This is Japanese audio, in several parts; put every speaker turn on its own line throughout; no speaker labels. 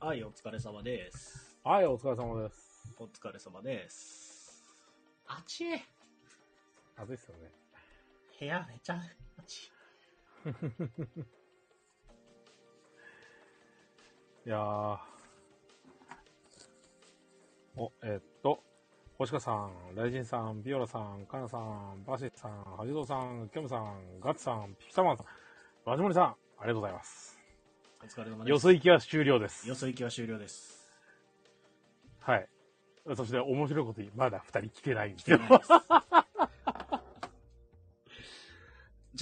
はい、お疲れ様です。
はい、お疲れ様です。
お疲れ様です。暑い
暑いっすよね。
部屋めちゃ暑い。
いやー。お、えっと、星香さん、雷神さん、ビオラさん、カナさん、バシさん、ハジドウさん、キョムさん、ガッツさん、ピピタマンさん、バジモリさん、ありがとうございます。
お疲れ様です。
よそ行きは終了です。
よそ行きは終了です。
はい。そして面白いことに、まだ二人来てないんです
じ
よ。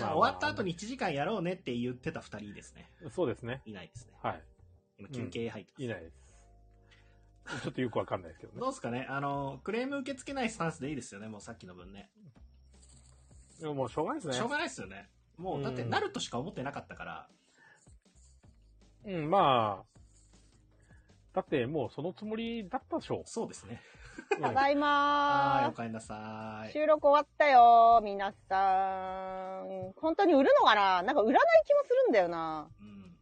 ゃあ終わった後に1時間やろうねって言ってた2人ですね。
そうですね。
いないですね。
はい。
今休憩入ってます。
いないです。ちょっとよくわかんないですけど ね
どうですかねあの、クレーム受け付けないスタンスでいいですよね、もうさっきの分ね。。
でももうしょうがないです
しょう
ね。
がないですよね。もう、だって
うん
なるとしか思ってなかったから、
うん、まあ。だってもうそのつもりだったでしょう。
そうですね。
う
た
ん
だい
はーい、お
ま
かえりなさ
ー。
い。
収録終わったよ、皆さん。本当に売るのかななんか売らない気もするんだよな。
うん。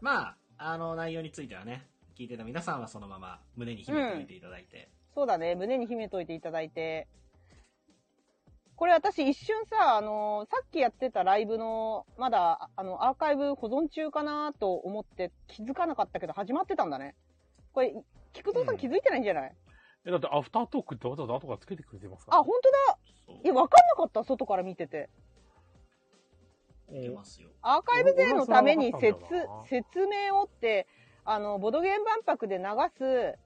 まあ、あの内容についてはね、聞いてた皆さんはそのまま胸に秘めておいていただいて。
そうだね、胸に秘めといていただいて。これ私一瞬さ、あの、さっきやってたライブの、まだ、あの、アーカイブ保存中かなと思って気づかなかったけど始まってたんだね。これ、菊蔵さ
うん
ん気づいてないんじゃない、
え、だってアフタートークってわざわざ後からつけてくれてますから、
あ、本当だ
そう。
いや、わかんなかった、外から見てて。
う
いけ
ん
ますよ。
アーカイブ勢のために
俺
説
もそれは分かったんだよな
説明をって、あの、ボドゲン万博で流す、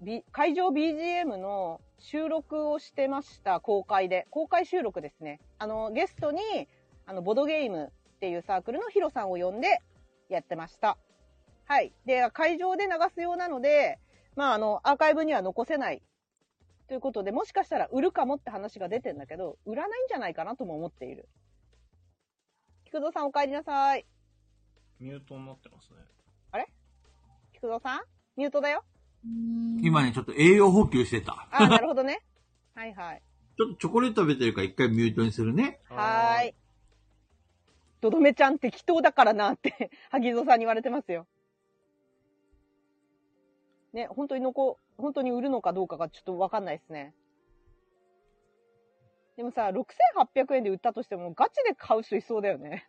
B、会場 BGM の収録をしてました、公開で。公開収録ですね。あの、ゲストに、あの、ボドゲームっていうサークルのヒロさんを呼んでやってました。はい。で、会場で流すようなので、まあ、あの、アーカイブには残せない。ということで、もしかしたら売るかもって話が出てんだけど、売らないんじゃないかなとも思っている。菊蔵さんお帰りなさい。
ミュートになってますね。
菊蔵さんミュートだよ。
今ね、ちょっと栄養補給してた。
あー、なるほどね。はいはい。
ちょっとチョコレート食べてるから一回ミュートにするね。
はーい。ドドメちゃん適当だからなって、 萩蔵さんに言われてますよ。ね、本当に残、本当に売るのかどうかがちょっとわかんないですね。でもさ、6800円で売ったとしても、ガチで買う人いそうだよね。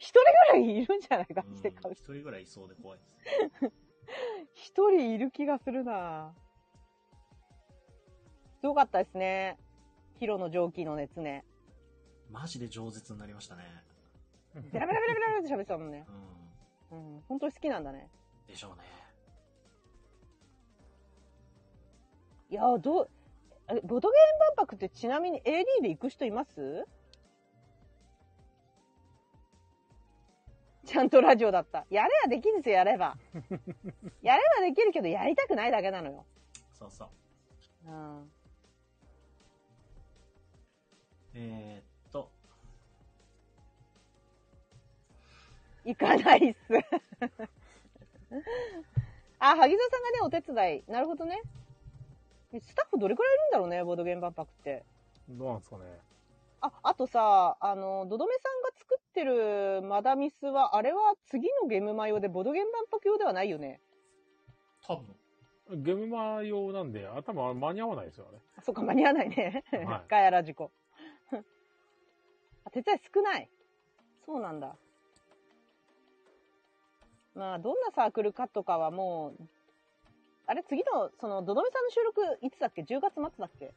一人ぐらいいるんじゃないガチで買
うん
う
一
人。
人ぐらいいそうで怖いです。
一人いる気がするなすごかったですね。ヒロの蒸気の熱ね。
マジで饒舌になりましたね。
ベラベラベラベラベラって喋ってたもんね。
うん。
うん。本当に好きなんだね。
でしょうね。
いやー、どう、あれボドゲーム万博ってちなみに AD で行く人いますちゃんとラジオだった。やればできるんですよ、やれば。やればできるけど、やりたくないだけなのよ。
そうそう。
うん。
えー、っと、
行かないっす。 あ、萩澤さんがね、お手伝い。なるほどね。スタッフどれくらいいるんだろうね、ボードゲーム万博って。
どうなんですかね。
あ、あとさ、あの、ドドメさんが作ってるマダミスは、あれは次のゲームマ用で、ボードゲーム万博用ではないよね。
多分。
ゲームマ用なんで、頭間に合わないですよね。
あそっか、間に合わないね。
はい
ガヤラ事故。 あ、手伝い少ない。そうなんだ。まあ、どんなサークルかとかはもう、あれ、次の、その、ドドメさんの収録、いつだっけ ?10 月末だっけ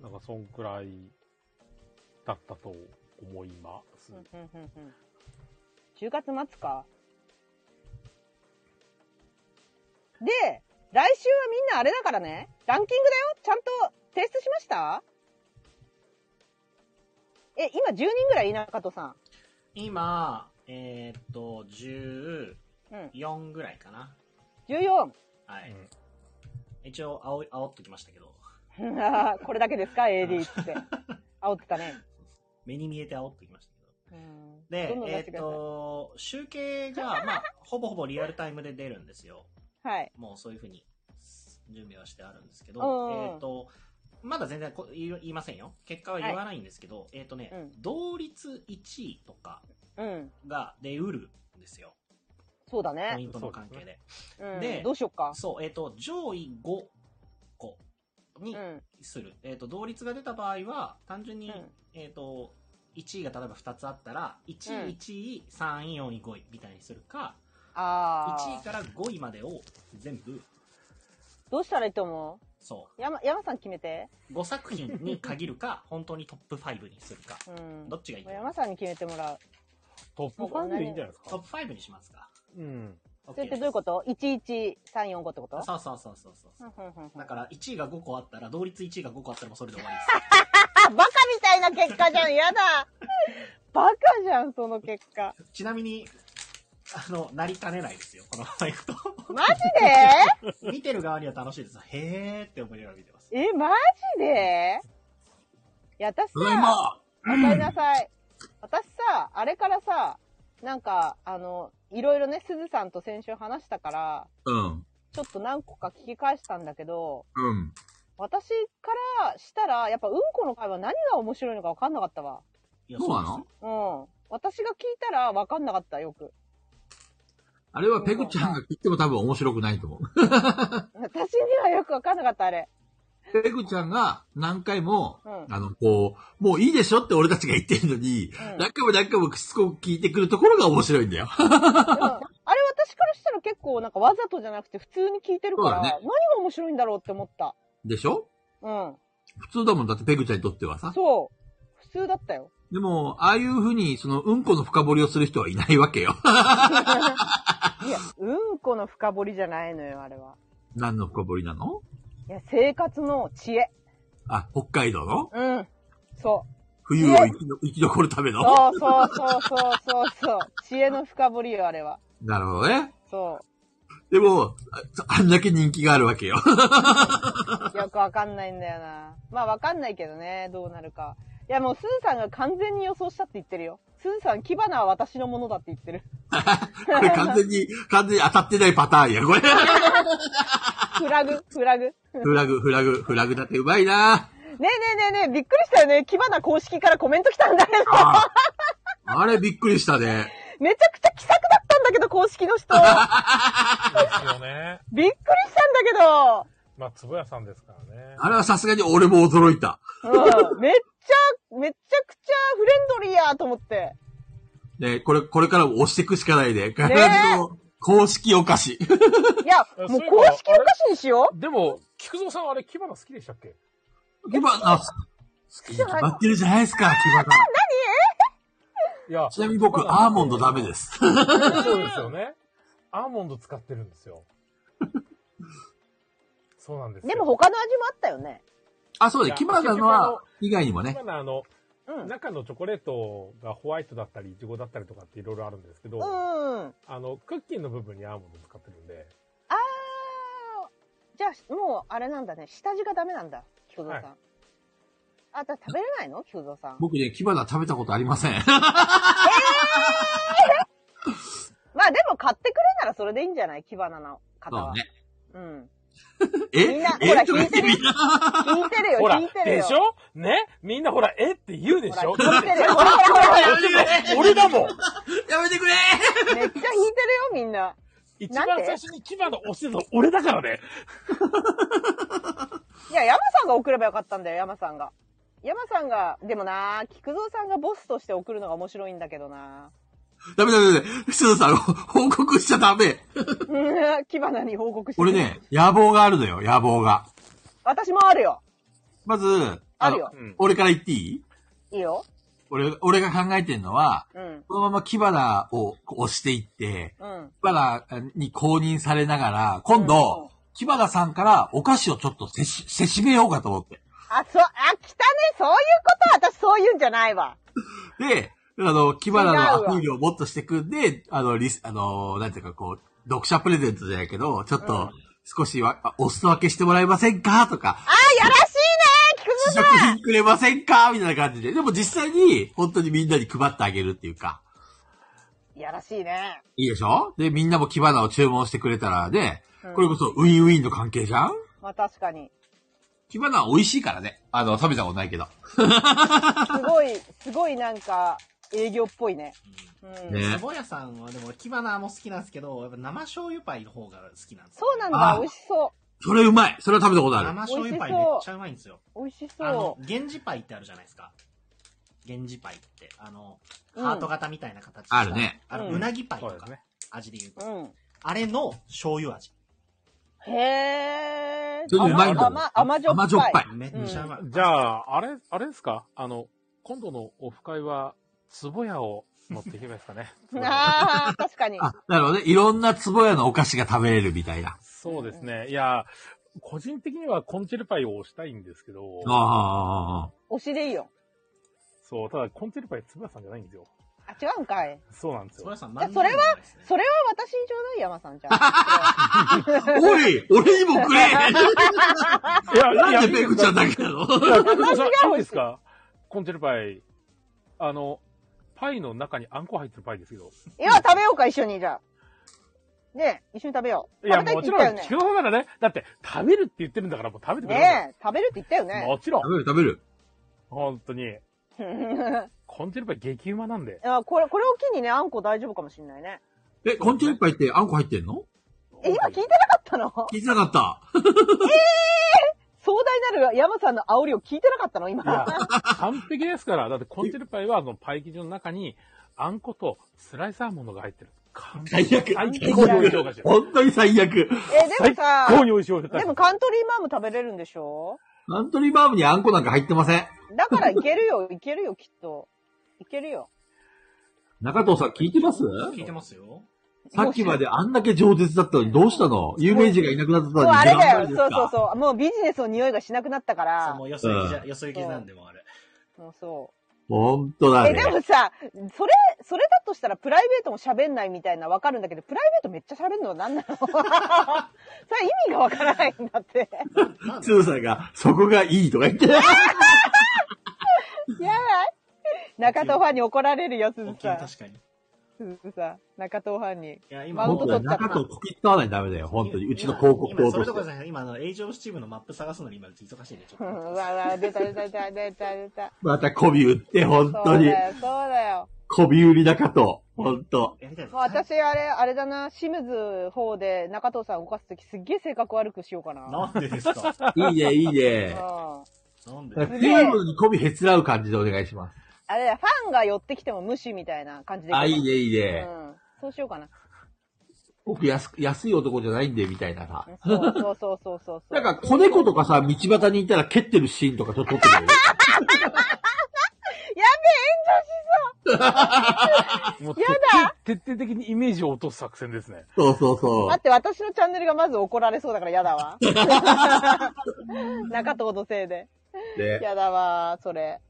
なんか、そんくらいだったと思います。
10月末か。で、来週はみんなあれだからね、ランキングだよちゃんと提出しましたえ、今10人ぐらいいない加藤さ
今、えー、っと、14
ん。うん。
ぐらいかな。
14。
はい。
うん
一応、あお、煽っときましたけど、
これだけですか ?AD っつって。煽ってたね。
目に見えて煽っときましたけど。
うん
で
どん、どん出
え
し
ー
て
っ
ください。
と、集計 が、まあ、ほぼほぼリアルタイムで出るんですよ。
はい。
もうそういうふうに準備はしてあるんですけど、
うん
えっ、と、まだ全然こ言い言いませんよ。結果は言わないんですけど、えっ、とね、
うん
同率1位とか
うん。
が出うるんですよ。
そうだ
ポ
ね
イ。ントの関係で。
うん、
で
どうしよっか。
そう、えっ、と、上位5個
う
に
ん。
する。えっ、と、同率が出た場合は、単純に、
うん
えっ、と、1位が例えば2つあったら、1
うん
位、1位、3位、4位、5位みたいにするか、
ああ。
1位から5位までを全部、
どうしたらいいと思
そう
山、山さん決めて。
う、5作品に限る か、本当にトップ5にするか、
うん。
どっちがいい
もう山さんに決めてもらう。
トップ5でいいんじゃないです
トッ
か
プ5にしますか。
うん。
そ
それってどういうこと11345ってこと
そうそうそうそうそう。
うんうんうんうん
だから、1位が5個あったら、同率1位が5個あったらもうそれで終わりです。
あ、バカみたいな結果じゃん。やだ。バカじゃん、その結果。
ちなみに、あの、なりかねないですよ、このままい くと。
マジ
見てる側には楽しいです。へーって思いながら見て ます。
でえ、マジでいや、私
ただい
さ、
ま
ごめんなさい。私さ、あれからさ、なんか、あの、いろいろね、すずさんと先週話したから、
うん。
ちょっと何個か聞き返したんだけど、
うん。
私からしたら、やっぱうんこの会話何が面白いのか分かんなかったわ。
いや
そうな
ですよ
の
うん。私が聞いたら分かんなかった、よく。
あれはペグちゃんが切っても多分面白くないと 思う。
私にはよく分かんなかった、あれ。
ペグちゃんが何回も、
うん
あの、こう、もういいでしょって俺たちが言ってるのに、
うん
何回も何回もしつこく聞いてくるところが面白いんだよ。
うんあれ私からしたら結構なんかわざとじゃなくて普通に聞いてるから、
そうだね
何が面白いんだろうって思った。
でしょ
うん。
普通だもん。だってペグちゃんにとってはさ。
そう。普通だったよ。
でも、ああいうふうに、その、うんこの深掘りをする人はいないわけよ。
いや、うんこの深掘りじゃないのよ、あれは。
何の深掘りなの
いや、生活の知恵。
あ、北海道の
うん。そう。
冬を生きの生き残るための
そうそうそうそうそうそう。知恵の深掘りよ、あれは。
なるほどね。
そ
でも、ああんだけ人気があるわ けよ。
う。 よくわかんないんだよな。まあわかんないけどね、どうなるか。いや、もうすずさんが完全に予想したって言ってるよ。すずさん、火花は私のものだって言ってる。
これ完全に、完全に当たってないパターンや、 これ。
フ ラグ、フラグ。
フラグ、フラグ、フラグだってうまいな
ねえねえねえねえ、びっくりしたよね。キバナ公式からコメント来た んだけど。
あああれびっくりしたね。
めちゃくちゃ気さくだったんだけど、公式の 人。
ですよね。
びっくりしたん
まあ、つぼやさんですからね。
あれはさすがに俺も驚いた。
だけど。うん。めっちゃ、めちゃくちゃフレンドリーやと思って。
ね、これ、これからも押していくしかないね。必ず
え
の公式お菓子。
いや、
そういえば
もう公式お菓子にしよう。
でも、菊蔵さんあれ、キバナ好きでしたっけ
今、あ、好きに決まってるじゃないですか、木場さん。
いや、。
ちなみに僕、アーモンドダメですす。
そうですよね。アーモンド使ってるんです よ。そうなんですよ。
でも他の味もあったよね。
あ、そうだ、木場さんのは、以外にも
キ
ね
バ。ナあの、
うん。うん。
中のチョコレートがホワイトだったり、イチゴだったりとかっていろいろあるんですけど、
あ
あの、クッキーの部分にアーモンド使ってるんで、
ー。じゃあ、もう、あれなんだね。下地がダメなんだ。菊蔵さん。
は
あ、だ食べれないの菊蔵さん。
僕ね、木花食べたことありま せん。
まあでも買ってくれならそれでいいんじゃないキバナの方
そ
は。
うね。
うん。
え
みんな
え
ほら
とか言って
聞いてる
みんな
聞いてるよ、
ほら、
聞いてる
で
よ。
しょねみんなほら、えって言うでしょ
ほら聞いてるよ。ほらほらほら。
俺だもん
やめてくれ
めっちゃ引いてるよ、みんな。
一
なん
番
で
最初に牙の押してたの俺だからね
いや、山さんが送ればよかったんだよ、山さんが。山さんが、でもな、菊蔵さんがボスとして送るのが面白いんだけどな。
ダメダメダメ。すずさん、報告しちゃダメ。
うんキバナに報告して。
俺。ね、野望があるのよ、野望が。
私もあるよ。
まず、
あ
の
るよ。
うん
俺から言っていい
いいよ。
俺、俺が考えてるのは、
うん。
このまま木花を押していって、
うん。
木花に公認されながら、今
うん
度、木花さんからお菓子をちょっとせし、せしめようかと思って。
あ、そう、あ、来たね。そういうこと私そういうんじゃないわ。
で、あの、木花
違う
の
わ
アピールをもっとしてくんで、あの、リス、あの、なんていうかこう、読者プレゼントじゃないけど、ちょっ
うん
と、少しは、あお裾分けしてもらえませんかとか、
あ、やらしいね菊
試
蔵
食品くれませんかみたいな感じで。でも実際に、本当にみんなに配ってあげるっていうか、
やらしいね。
いいでしょで、みんなも木花を注文してくれたらね、
うん
これこそウィンウィンの関係じゃん
まあ確かに。
木花は美味しいからね。あの、食べたことないけど。
すごい、すごいなんか、営業っぽいね。
う
うん。
ね
ん。坪屋さんはでも、キバナも好きなんですけど、やっぱ生醤油パイの方が好きなんですよ
そうなん
あ
だ。美味しそ
それうまい。それは食べたことある。
生醤油パイめっちゃうまいんですよ。
う。美味し
あの
そ、
源氏パイってあるじゃないですか。源氏パイって、あの、
う。
ハート型みたいな形した
あるね。
あ
う
の、
ん
うなぎパイと
そうです
か、
ね。
味で言うと。
うん。うん。
あれの醤油味。
へえ。
それでうまいんだ
甘、甘甘じょっぱい。
甘じょっぱい。
めっちゃうまい。
じゃあ、あれ、あれですかあの、今度のオフ会は、壺屋を持っていけばいいですか ね。
ああ、確かに。
あ、なるほどね。いろんな壺屋のお菓子が食べれるみたいな。
そうですね。いや、個人的にはコンチェルパイを推したいんですけど、
ああああ、ああ
推しでいいよ。
そう、ただコンチェルパイ、つぶやさんじゃないんですよ。
あ、違うんかい。
そうなんです
坪
よ。
屋さん、
やそれは
は
それは私にちょうだい、山さんじゃあ。
おい俺に もくれ
いや、
なんでペグちゃん
だ
だけなの
違うんですかコンチェルパイ、あの、パイの中にあんこ入ってるパイですけど。
いや、食べようか、一緒に、じゃあ。ねえ一緒に食べよう。
いや、
食べたいっ
も
て
ち
言
ろ
っ
ん、
た
違
よね。
うからね。だって、食べるって言ってるんだから、もう食べてくれる、
ねえ食べるって言ったよ
い。
ね。
もちろん
食。べる食べる。
本当 に。コンチェルパイ激うまなんで。
あこれ、これを機にね、あんこ大丈夫かもしれないね。
え、コンチェルパイってあんこ入ってんの
え、今聞いてなかったの
聞いてなかった。
壮大なる山さんの煽りを聞いてなかったの今。
いや、完璧ですから。だって、コンチェルパイは、あの、パイ生地の中に、あんことスライスアーモンドが入ってる。完
最
璧。
悪。
最
適
高
だ
に美味
よ
しいお菓子です。
本当に最悪。
え、でも
最
さ、
高に美味しいお菓子です
でもカントリーマーム食べれるんでしょ
カントリーマームにあんこなんか入ってません。
だからいけるよ、いけるよ、きっと。いけるよ。
中藤さん聞いてます
聞いてますよ。
さっきまであんだけ饒舌だったのにどうしたの有名人がいなくなった
もう
のに。
あれだよ、
じゃ
そ
あ
うそうそう。もうビジネスの匂いがしなくなったか
そう
ら
も。うよそ行きじゃ、よそ行きなんでもあれ。
もうそ
本当だ
う。え、
ね
で。もさ、それ、それだとしたらプライベートも喋んないみたいなわかるんだけど、プライベートめっちゃ喋るのは何なの それ意味がわからないんだって。
なん
つーさんが、そこがいいとか言って。
やばい中東ファンに怒られるよ、鈴
大きい
さん。
確かに。い
鈴さん。中東ファン に。
や、
マ
今、
ウント
本当
取
だ
っちゃ
よ、
った
中藤こき使わないとダメだよ、本当に。うちの広告
今
塔
それど
と
ころ
し
じ
て。
ゃない今、あの、エイジオブシチームのマップ探すのに今、忙しいんで、ちょっ
う
と待って
んう
くださ
わうわ、出た出た出た出た出た。
また媚び売って、本
そ
当
う
に。
だよ、そうだよ。
媚び売り中藤。本当。
い。やりたいです
もう私、あれ、あれだな、シムズ方で中藤さん動かすときすっげえ性格悪くしようかな。
なんでですか
いいね、いい
うん
ね。
なんでです
だか
から
ゲームに媚びへつらう感じでお願いします。
あれだよ、ファンが寄ってきても無視みたいな感じで。
あ、いいね、いいうね。
ん。そうしようかな。
僕安く、安い男じゃないんで、みたいなさ。
そうそうそうそうそうそう。
なんか、子猫とかさ、道端にいたら蹴ってるシーンとかちょっと撮っ てくれる
もう
や
徹底徹底的にイメージを落とす作戦ですね。
そうそうそ
待って、私のチャンネルがまず怒られそうだから嫌だ わ。中藤のせいで。
う。で、
やだわー、それ。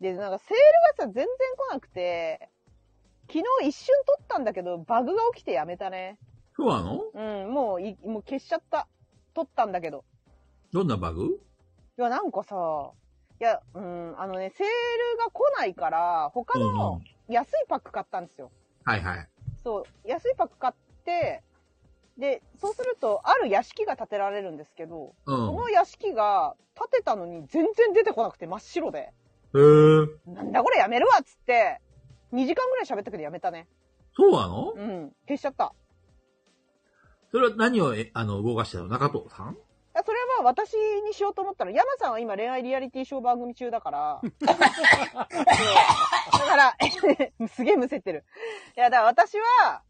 で、なんかセールがさ、全然来なくて、昨日一瞬撮ったんだけど、バグが起きてやめたね。
そうなの
うん、もうい、もう消しちゃった。撮ったんだけど。
どんなバグ
いや、なんかさ、いや、うん、あのね、セールが来ないから、他
うんう
の
ん
安いパック買ったんですよ。
はいはい。
そう、安いパック買って、で、そうすると、ある屋敷が建てられるんですけど、
うん
そ。の屋敷が建てたのに全然出てこなくて真っ白で。
へー
なんだこれやめるわっつって、2時間ぐらい喋ったけどやめたね。
そうなの
うん。消しちゃった。
それは何を、えあの、動かしてたの中藤さん
あそれは私にしようと思ったの。山さんは今恋愛リアリティショー番組中だ から。そうだから、 すげえむせってる。いや、だから私は、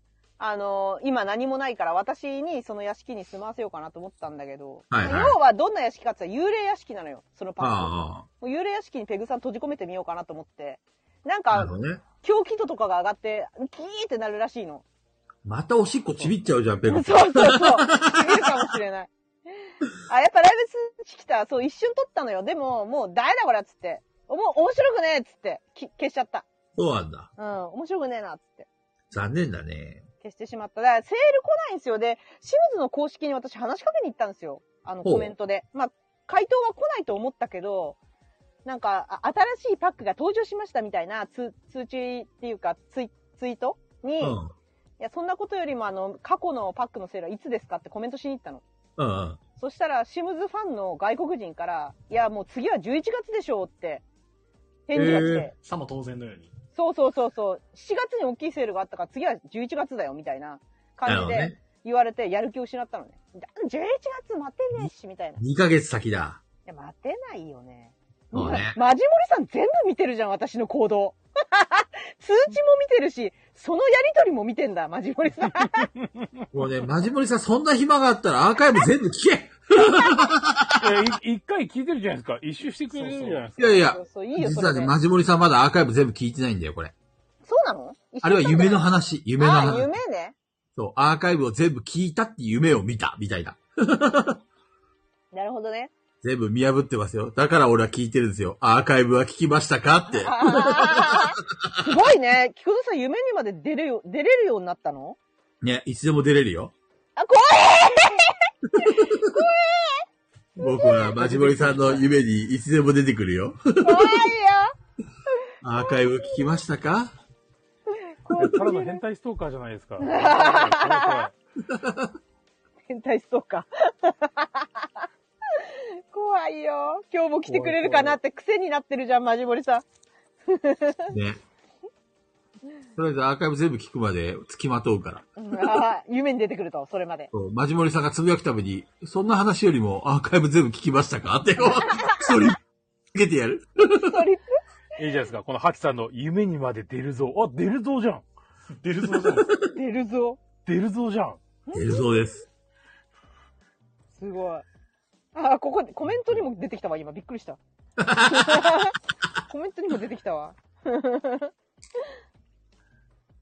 あの今何もないから私にその屋敷に住まわせようかなと思ったんだけど、
はいはい
要はどんな屋敷かって言ったら幽霊屋敷なのよ、そのパッ
ああ。
ク。もう幽霊屋敷にペグさん閉じ込めてみようかなと思って。なん
な
か
る、ほどね。
狂気度とかが上がって、キーってなるらしいの。
またおしっこちびっちゃうじゃん、ペ
そ
グ
うそうそう。見るかもしれない。あ、やっぱライブス来た。そう、一瞬撮ったのよ。でも、もう、誰だこれっつって。おも、面白くねえっつって。き消しちゃった。
そうなんだ。
うん、面白くねえなっつって。
残念だね。
消してしまった。だから、セール来ないんですよ。で、シムズの公式に私話しかけに行ったんですよ。あの、
ほう
コメントで。まあ、回答は来ないと思ったけど、なんか、あ新しいパックが登場しましたみたいな通通知っていうか、ツイツイートに、
うん。う
い
ん
や、そんなことよりも、あの、過去のパックのセールはいつですかってコメントしに行ったの。
うん。
そしたら、シムズファンの外国人から、いや、もう次は11月でしょうって、返事が来て、
さも当然のように。
そうそうそうそう。7月に大きいセールがあったから、次は11月だよ、みたいな
なる
感
ほ
じ
ど
で
ね。
言われて、やる気を失ったのね。だ11月待てねえし、みたいな。い
2ヶ月先だ。
や、待てないよね。
そうね
マジモリさん全部見てるじゃん、私の行動。 通知も見てるし、そのやりとりも見てんだ、マジモリさん。
もうね、マジモリさん、そんな暇があったらアーカイブ全部聞け
えい一回聞いてるじゃないですか。一周してくれるじゃないですか。
いやいや
そ、うそう、いいよ、そ
実は
れ
ね、
で。
マジモリさんまだアーカイブ全部聞いてないんだよ、これ。
そうなの
あれは夢の話、夢の
あ、
話。
夢ね。
そう、アーカイブを全部聞いたって夢を見た、みたいな。
なるほどね。
全部見破ってますよ。だから俺は聞いてるんですよ。アーカイブは聞きましたかって。
あー すごいね。菊蔵さん、夢にまで出れよ、出れるようになったの
ね、いつでも出れるよ。
あ、怖い
僕はマジモリさんの夢にいつでも出てくるよ。
怖いよ
アーカイブ聞きましたか
いやただの変態ストーカーじゃないですか。怖い怖
変態ストーカー。 怖いよ。今日も来てくれるかなって癖になってるじゃん、マジモリさん。
ね。とりあえずアーカイブ全部聞くまで付きまとうから。
うんあー夢に出てくると、それまで。
そうマジモリさんがつぶやくために、そんな話よりもアーカイブ全部聞きましたかって、それ、つけてやる。
それ
いいいじゃないですか。このハキさんの夢にまで出るぞ。あ、出るぞじゃん。出るぞじゃん。
出るぞ。
出るぞじゃん。
出るそうです。
すごい。あー、ここ、コメントにも出てきたわ、今。びっ くりした。コメントにも出てきたわ。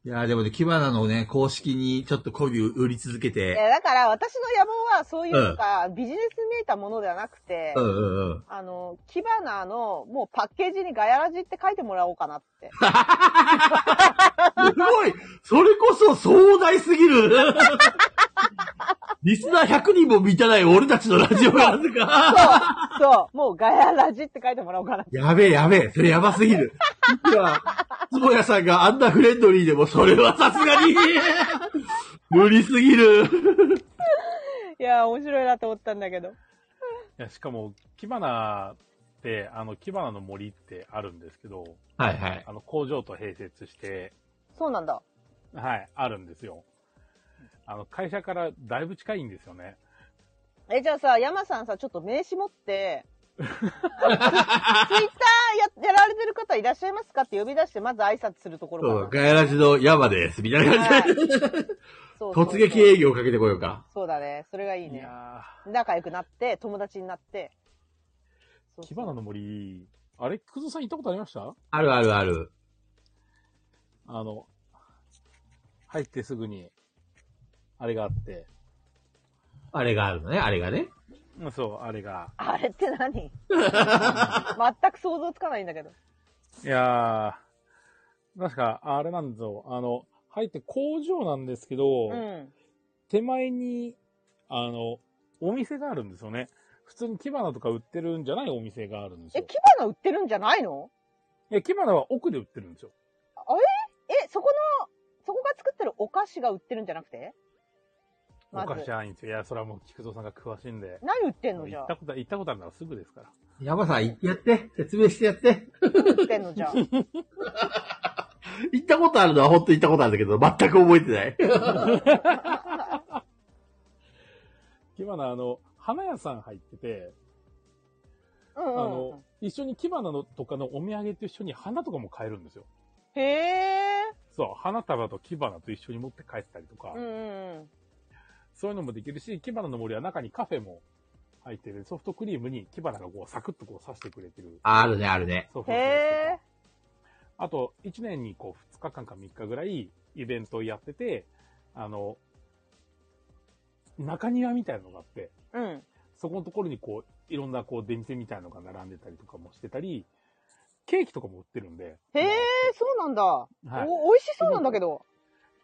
いやーでもね、キバナのね、公式にちょっと媚びを売り続け
い
て、
や、だから私の野望はそういうのがビジネスめいたものではなくて、
うんうんうん。
あの、キバナーのもうパッケージにガヤラジって書いてもらおうかなって。
すごいそれこそ壮大すぎる リスナー100人も満たない俺たちのラジオがあるか
そう、そう、もうガヤラジって書いてもらおうかなって。
やべえやべえ、それやばすぎる。いや、つぼやさんがあんなフレンドリーでもそれはさすがに無理すぎる。
いやー、面白いなと思ったんだけど。
いやしかも、キバナって、あの、キバナの森ってあるんですけど、
はいはい。
あの、工場と併設して、
そうなんだ。
はい、あるんですよ。あの、会社からだいぶ近いんですよね。
え、じゃあさ、山さんさ、ちょっと名刺持って、あのツイツイッターややられてる方いらっしゃいますかって呼び出して、まず挨拶するとこ
そ
ろ
う、
か
ガヤラジの山です。みたい
な。
な感じで。
はいそうそうそう
突撃営業かけてこようか。
そうだね。それがいい
い
ね。
や
仲良くなって、友達になって。そ
ー、
うそう
キバナの森、あれ、クズさん行ったことありました
あるあるある。
あの、入ってすぐに、あれがあって、
あれがあるのね、あれがね。
うんそう、あれが。
あれって何全く想像つかないんだけど。
いやー、確か、あれなんですよ。あの、入って工場なんですけど、
うん。
手前に、あの、お店があるんですよね。普通にキバナとか売ってるんじゃないお店があるんです
え、
よ
キ。バナ売ってるんじゃないの
え、キバナは奥で売ってるんですよ。
え、そこの、そこが作ってるお菓子が売ってるんじゃなくて
お
まず
菓子じゃないんですよ。いや、それはもう菊蔵さんが詳しいんで。
何売ってんのじ
行
ゃ
っ
あ
た。こと、行ったことあるならすぐですから。
山さん、言ってやって。説明してやって。
売ってんのじゃあ。
行ったことあるのは本当に行ったことあるんだけど、全く覚えてない。
キバナ、あの、花屋さん入ってて、
う
あ
んうんう
の
ん。、
一緒にキバナのとかのお土産と一緒に花とかも買えるんですよ。
へえ。
そう、花束とキバナと一緒に持って帰ったりとか、
うんうんうん。
そういうのもできるし、キバナの森は中にカフェも入ってて、ソフトクリームにキバナがこうサクッとこう刺してくれてる。
あるね、あるね。
ソフトクリームと
へ
か。あと、1年にこう2日間か3日ぐらいイベントをやってて、あの、中庭みたいなのがあって、
え。うん。
そこのところにこう、いろんなこう出店みたいなのが並んでたりとかもしてたり、ケーキとかも売ってるんで。
へえ、そうなんだ。
はい。
お、美味しそうなんだけど。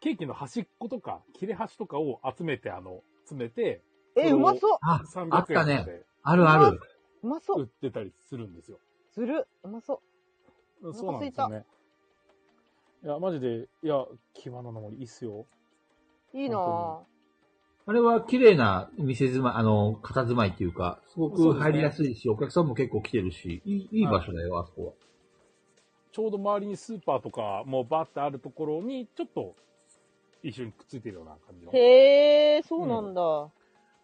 ケーキの端っことか、切れ端とかを集めて、あの、詰めて、
え、うまそう。
あ、あっ
300
た
円
ね。
で
あるある。
うまそ
売っ
う。
てたりするんですよ。
ずる。うまそう。ん
そうなんですよね。いや、マジで、いや、キバナの森いいっすよ。
いいなぁ。
あれは綺麗な店住まい、あの、片住まいっていうか、すご
そ
く
うですね
入りやすいし、お客さんも結構来てるし、いいいい場所だよ、あそこ
ちょうど周りにスーパーとかもうバーってあるところに、ちょっと一緒にくっついてるような感じの
へえ、そうなんだ。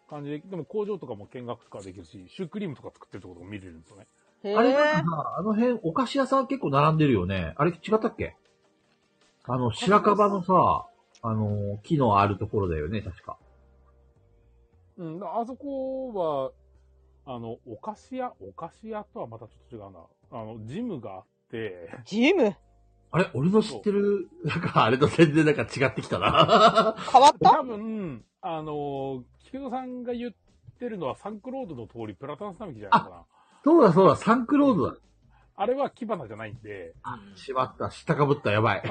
感じで、でも工場とかも見学とかできるし、シュークリームとか作ってるところも見れるんですよね。
へ
あれなん
え
か。さ、あの辺、お菓子屋さん結構並んでるよね。あれ違ったっけあの、白樺のさ、あの、木のあるところだよね、確か。
うん、だあそこは、あの、お菓子屋、お菓子屋とはまたちょっと違うな。あの、ジムがあって、
ジム
あれ俺の知ってる、なんかあれと全然なんか違ってきた な。
変わった
多分、あの、菊野さんが言ってるのはサンクロードの通り、プラタンス並木じゃないかな。
そうだそうだ、サンクロードだ。
あれは木花じゃないん で、
しまった、下かぶった、やばい。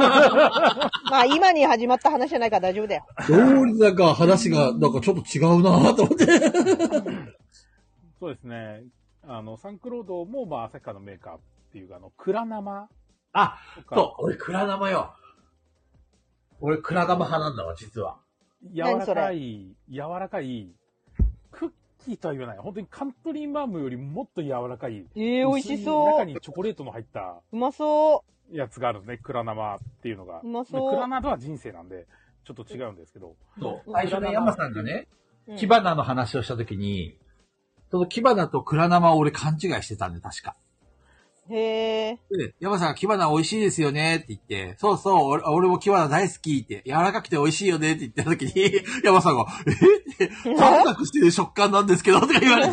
まあ今に始まった話じゃないから大丈夫だよ。
どうりなんか話が、なんかちょっと違うなと思って。
そうですね。あの、サンクロードも、まあ、旭川のメーカーっていうか、あの、蔵生
あ、
とか
そ、う、俺、蔵玉よ。俺、蔵玉派なんだわ、実は。
柔らかい、柔らかい、クッキーとは言わない。本当にカントリーマームよりもっと柔らかい。
ええ、美味し
薄い
そ
中
う。
にチョコレートの入った
うまそ
やつがあるんですね。蔵生っていうのが。
うま
で
そう
蔵生とは人生なんで、ちょっと違うんですけど。
そう。最初ね、山さんがね、
う。うん
木花の話をしたときに、その木花と蔵生を俺勘違いしてたんで、確か。
へ え。
で、山さんが木花美味しいですよねって言って、そうそう、俺俺も木花大好きって、柔らかくて美味しいよねって言った時に、 山さんが、えって、サクサクしてる食感なんですけど、とか言わ れて。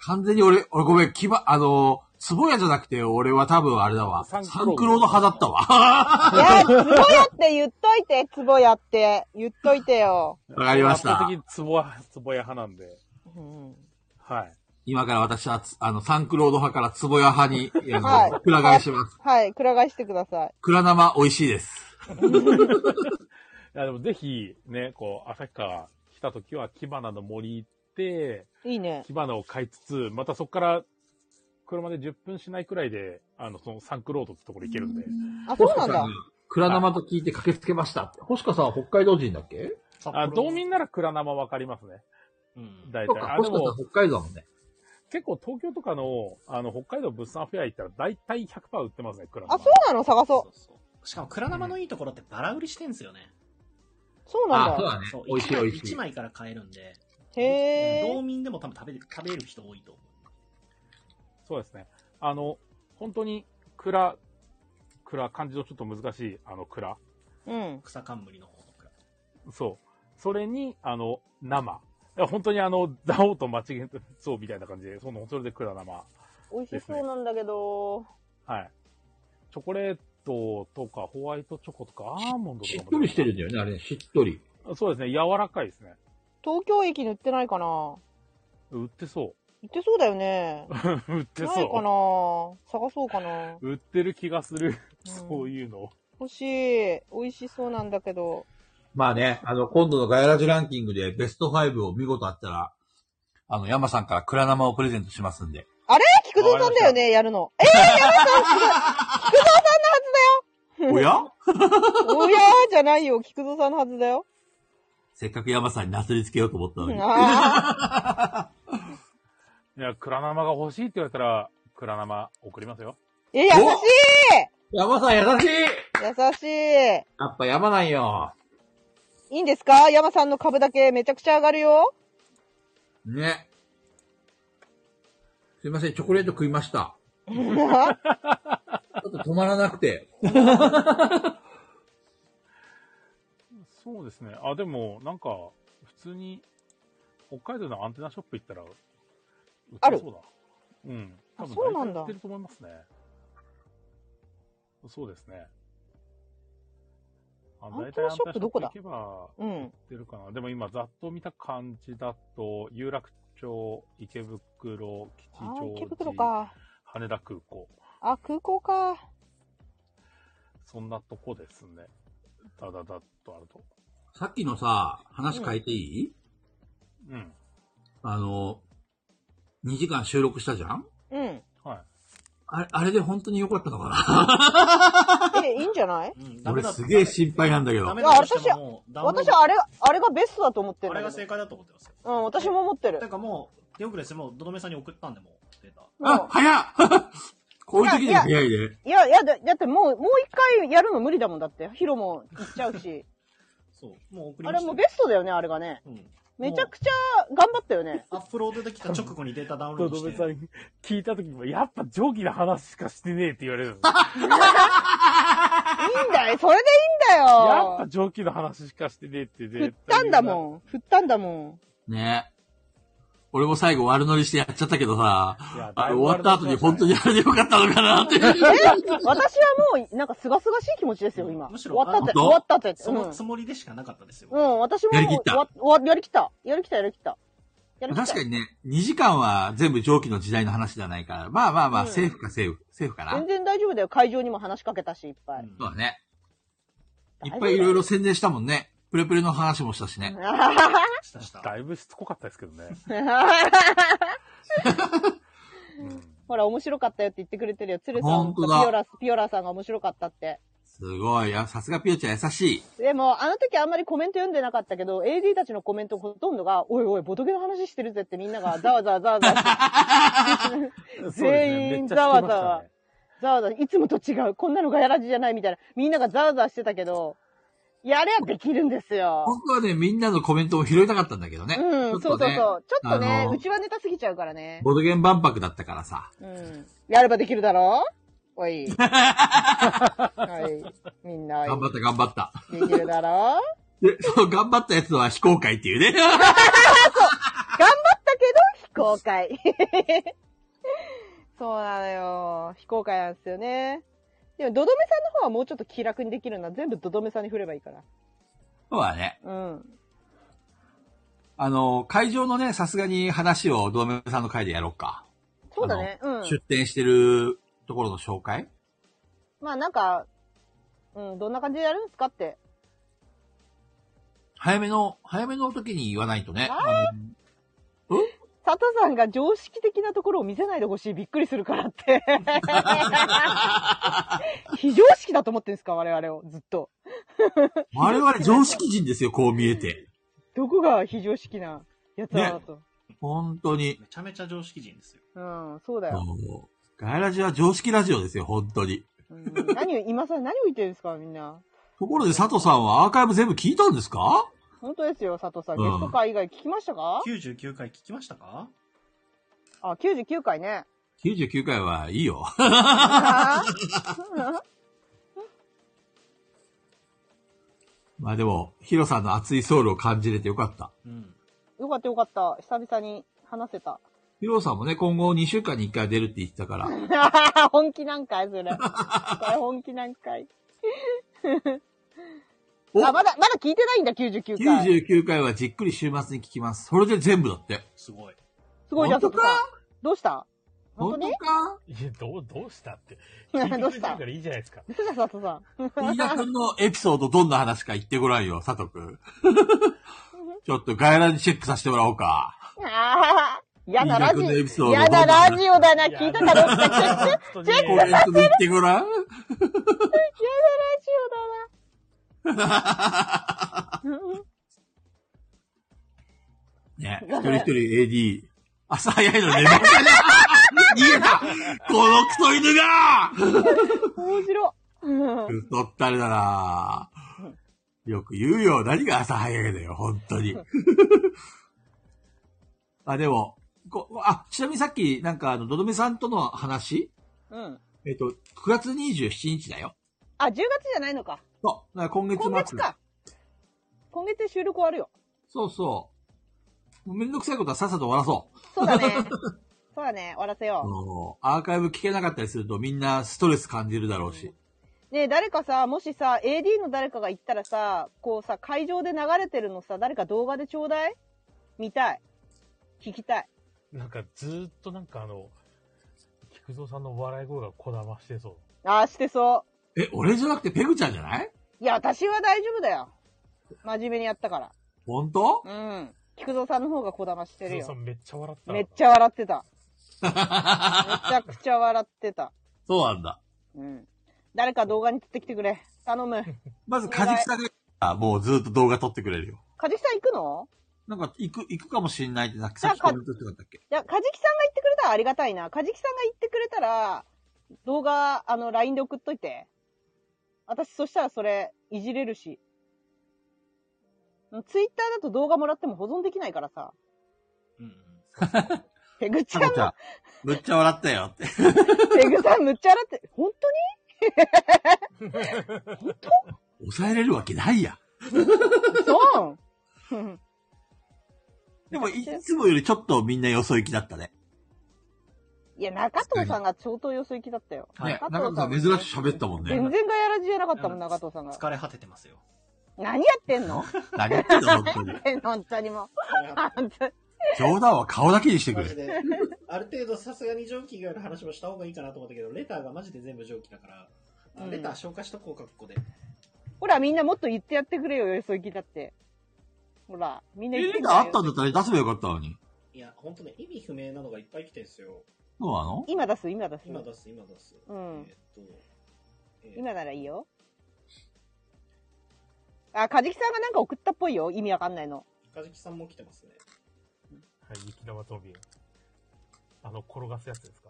完全に俺、俺ごめん、木花、あの、壺屋じゃなくて、俺は多分あれだわ。
サ
サ
ン
ン
ク
ク
ロード
ロード派だったわ。
いや、つぼやって言っといて、つぼやって。言っといてよ。
わかりました
圧倒的につぼや、つぼや派なんで。
うん
はい。
今から私はつ、あの、サンクロード派から壺屋派に、あの
はい
くら替えします。
はい、くら替えしてください。
蔵生美味しいです。
いや、でもぜひ、ね、こう、旭川来た時は、木花の森行って、
いいね。
火花を買いつつ、またそこから、車で10分しないくらいで、あの、そのサンクロードってところ行けるんで。
あ、そうなんだ。
蔵生と聞いて駆けつけました。星川さんは北海道人だっけ
あ、道民なら蔵生わかりますね。
うん。
大
そう
体。
か、
あ、で
星川
も
さん北海道だもんね。
結構東京とかの、あの、北海道物産フェア行ったら大体100%売ってますね、蔵生。
あ、そうなの探
そ
そう
そう。しかも、蔵生のいいところってバラ売りしてんすよね。
う。そう
あ
な、ん
そう
だ。
だね
そう。。
美味しい美味し
1
い。
枚から買えるんで、
へ
道
え。
民でも多分食べる食べる人多いと思う。
そうですね。あの、本当に、蔵、蔵、漢字のちょっと難しい、あの、蔵。
うん。
草冠の方の蔵。
そう。それに、あの、生。いや本当にあの、ザオと間違えて、そうみたいな感じで、その、それで蔵生。
美味しそうなんだけど。
はい。チョコレートとかホワイトチョコとかアーモンドとか
し
も
っとりしてるんだよね、あれね。しっとり。
そうですね。柔らかいですね。
東京駅に売ってないかな
売ってそ
売ってそうだよね。
う。 売って
ない
そ
かな探そうかな、
う。売ってる気がする。
うん
そういうの。
欲しい。美味しそうなんだけど。
まあね、あの、今度のガヤラジランキングでベスト5を見事あったら、あの、山さんから蔵生をプレゼントしますんで。
あれ菊蔵さんだよね、やるの。え
おや
ー、 おやーじゃないよ。菊蔵さんのはずだよ。
せっかく山さんになすりつけようと思ったのに。
あ
いや、蔵生が欲しいって言われたら、蔵生送りますよ。
ーえ、優しい
山さん優しい
優しい。
やっぱ山なんよ。
いいんですか山さんの株だけめちゃくちゃ上がるよ。
ね。すいません、チョコレート食いました。ちょっと止まらなくて。
そうですね。あ、でも、なんか、普通に、北海道のアンテナショップ行ったら、売
あ
っ
る
てそうだ。うん。
あ
多分
そうなん
大体
だ
売ってると思いますね。そうですね。あ
アンテナショップどこだ
大体アンテナショップ行けば
うん。
ってるかな。でも今、ざっと見た感じだと、有楽町、池袋、吉
あー、
祥
池袋
寺、
か。
羽田空港。
あ、空港か。
そんなとこですね。だだだっとあると。
さっきのさ、話変えていい、
うん。
あの、2時間収録したじゃん
うん。
はい。
あれ、あれで本当に良かったのか
え、いいんじ ゃない
うん、
な
ダメ
俺
だ
すげえ心配なんだけど
ダ。メだとしてももうダウンロー
私
ド
はあれ、あれがベストだと思って
あ
るん
れが
だけ
正
ど。
解だと思ってますよ。
うん、私も思ってる
な。んかもう、手遅れして、もう、どどめさんに送ったんで、もうしてた。
あ、
も
早っ こういう時には早いね。
ういや、いや、だだってもう、もう一回やるの無理だもんだって。ヒロも行っちゃう し。
そう。もう送り
あ
ました
れもうベストだよね、あれがね。
うん。
めちゃくちゃ頑張ったよね。
アップロードできた直後にデータダウンロ
と
ード
どめ
し
さ
て。
ん、聞いた時も、やっぱ上記な話しかしてねえって言われるんです
いいんだよ、それでいいんだよ。
やっぱ上記の話しかしてねえって
振っ
絶
た
対
ん
言うな
だもん。振ったんだも
ね俺も最後悪乗りしてやっちゃったけどさ
いや、だ
あ
い
の
ぶ
終わった後に本当にあれでよかったのかなって。
ん。え私はもう、なんか、すがすがしい気持ちですよ、今。
むし
終
ろ
わったって、
あ本当
終わったって。
そのつもりでしかなかったですよ。
うん、うん、私ももう
やりきった
わわやりきった。やりきった、やりきった。やりきった。
確かにね、2時間は全部蒸気の時代の話じゃないから、まあまあまあ、
うん
セーフかセーフ、セーフかな
全。然大丈夫だよ。会場にも話しかけたし、いっぱい。
うん
そうだね。い
丈夫
っぱいいろいろ宣伝したもんね。プレプレの話もしたしね。
したした。
だいぶしつこかったですけどね。うん
ほら、面白かったよって言ってくれてるよ。鶴さ
ほ
ん
ん
とピ
とだ
オラ、ピオラさんが面白かったって。
すごい。やさすがピヨちゃん優しい。
でも、あの時あんまりコメント読んでなかったけど、AD たちのコメントほとんどが、おいおい、ボトゲの話してるぜってみんなが、ざわざわざわざわして。全員ざわざわ。ざわざわ、いつもと違う。こんなのがやらじじゃないみたいな。みんながざわざわしてたけど、やればできるんですよ。
僕はね、みんなのコメントを拾いたかったんだけどね。
うん、
ち
そ
ょ
う
っと
そう
ね
そう。ちょっと
あ
ね、
の
うちはネタすぎちゃうからね。
ボドゲン万博だったからさ。
うん。やればできるだろお い。はい。みんな、
頑張った頑張った。
できるだろ
で、その頑張ったやつは非公開っていうね。
頑張ったけど、非公開。 そうなのよ。非公開なんですよね。でも、ドドメさんの方はもうちょっと気楽にできるのは全部ドドメさんに振ればいいから。
そうだね。
うん。
あの、会場のね、さすがに話をドーメさんの会でやろうか。
そうだね。うん。
出展してるところの紹介
まあなんか、うん、どんな感じでやるんですかって。
早めの、早めの時に言わないとね。
あ
あの
佐藤さんが常識的なところを見せないでほしい。びっくりするからって。非常識だと思ってんですか我々を。ずっと。
我々常識人ですよ、こう見えて。
どこが非常識なやつらだと。
本当に。
めちゃめちゃ常識人ですよ。
うん、そうだよ。
もうガイラジは常識ラジオですよ、本当に。
うん、何を、今さ、何を言ってるんですかみんな。
ところで佐藤さんはアーカイブ全部聞いたんですか
本当ですよ、佐藤さん。
うん
ゲスト会以外聞きましたか、
99回聞きましたか
あ、99回ね。
?99 回はいいよ。 まあでも、ヒロさんの熱いソウルを感じれてよかった。
うん。
よかったよかった。久々に話せた。
ヒロさんもね、今後2週間に1回出るって言ってたから。
本気なんかい、それ。これ本気なんかい。
お
あ、まだ、まだ聞いてないんだ、99回。
99回はじっくり週末に聞きます。それで全部だって。
すごい。
すごいじゃん、
本
佐藤
当か
さん。どうした本当に
か
いや、どう、どうしたって。聞いてく
どう
れ
して
る
た
か
ど
らいいじゃないですか。
うした佐藤さん。
飯田くんのエピソードどんな話か言ってごらんよ、佐藤く ん。ちょっと概覧にチェックさせてもらおうか。
ああ、嫌なラジ
飯田君のエピソー
オ。
ド
嫌なラジオだな、聞いたかどうか。嫌なラ
本
ジ
当に
コメントで言ってごらん。
オだな。
ね、一人一人 AD。朝早いの寝 ません逃げたこのクソ犬が
面白い。うん
太ったれだなよく言うよ。何が朝早いだよ、本当に。 あ、でも、こあ、ちなみにさっき、なんか、あの、どどめさんとの話
うん。
えっと、9月27日だよ。
あ、10月じゃないのか。
そう。だから今月末。
今月か。今月で収録終わるよ。
そうそう。もうめんどくさいことはさっさと終わらそ
そうだ ね。そうだね、終わらせ
う。あ
よ
のアーカイブ聞けなかったりするとみんなストレス感じるだろうし。
う。ねえ誰かさ、もしさ、AD の誰かが行ったらさ、こうさ、会場で流れてるのさ、誰か動画でちょうだい見たい。聞きたい。
なんかずーっとなんかあの、菊蔵さんの笑い声がこだましてそう。
ああ、してそう。
え、俺じゃなくてペグちゃんじゃない
いや、私は大丈夫だよ。真面目にやったから。
本当
うん。菊蔵さんの方がこだましてる
菊蔵さ
よ。
んめっちゃ笑った。
めっちゃ笑ってた。めちゃくちゃ笑ってた。
そうなんだ。
うん。誰か動画に撮ってきてくれ。頼む。
まずカジキさんが、もうずっと動画撮ってくれるよ。
かじきさん行くの
なんか、行く、行くかもしれないって、さっき
なんか
コメントしてなかったっけ
いや、カジキさんが言ってくれたらありがたいな。カジキさんが言ってくれたら、動画、あの、LINE で送っといて。私、そしたらそれ、いじれるし。ツイッターだと動画もらっても保存できないからさ。
うんうん。
ペグちゃ
さ
んの
こちゃん、むっちゃ笑ったよって。
ペグさんむっちゃ洗って、本
抑えれるわけないや。
当にそう
でも、いつもよりちょっとみんなよそ行きだったね。
いや、中藤さんが相当よそ行きだったよ。
はい
ね、中野さん珍しく喋ったもん
全
ね。
然ガヤラジじゃなかったもん、
うん
中藤さんが。
疲れ果ててますよ。
何やってん の
何言ってんの、本当に。
本当にもう。本当に
冗談は顔だけにしてく
マジ
れ。
で、ある程度さすがに上記以外の話もした方がいいかなと思ったけど、レターがマジで全部上記だから、あ
うん
レター消化しとこうか、ここで。
ほら、みんなもっと言ってやってくれよ、よそ行きだって。ほら、みんな
え、
言って
レ
く
タ
れ
ー
よ
あったんだったら出せばよかったのに。
いや、ほんとね、意味不明なのがいっぱい来てんすよ。
そうなの
今出す、今出す。
今出す、今出す。
うん
えーっと、えー
今ならいいよ。あ、カジキさんがなんか送ったっぽいよ。意味わかんないの。
カジキさんも来てますね。
はい、雪玉飛び。あの、転がすやつですか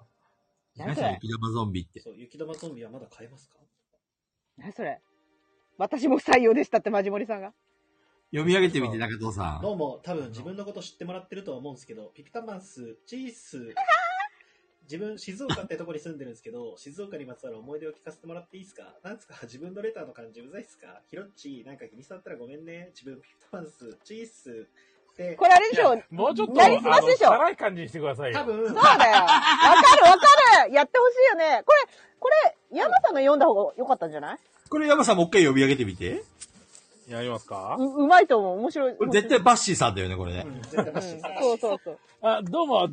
何
何
そ
そ
れ
れ雪玉ゾンビって。
そう、雪玉ゾンビはまだ買えますか
何それ。私も不採用でしたって、マジモリさんが。
読み上げてみて、中藤さん。
どうも、多分自分のこと知ってもらってるとは思うんですけ ど、ピピタマンス、チース、自分、静岡ってとこに住んでるんですけ ど、静岡にまつわる思い出を聞かせてもらっていいですかなんつか、自分のレターの感じうざいっすかひろっち、なんか気に障ったらごめんね。自分、ピピタマンス、チース、で、
これあれでしょ
いやもうちょっと、
なりすましでしょ
あの辛い感じにしてくださいよ。
多分、
そうだよ。わかるわかる。やってほしいよね。これ、これ、山さんの読んだ方が良かったんじゃない
これ山さんもう一回読み上げてみて。
やりますか
ううまいと思う。面白い。
これ絶対バッシーさんだよね、これね
う。ん絶対
う
マ
ん
シです。
そうそうそう。
あ、どうも、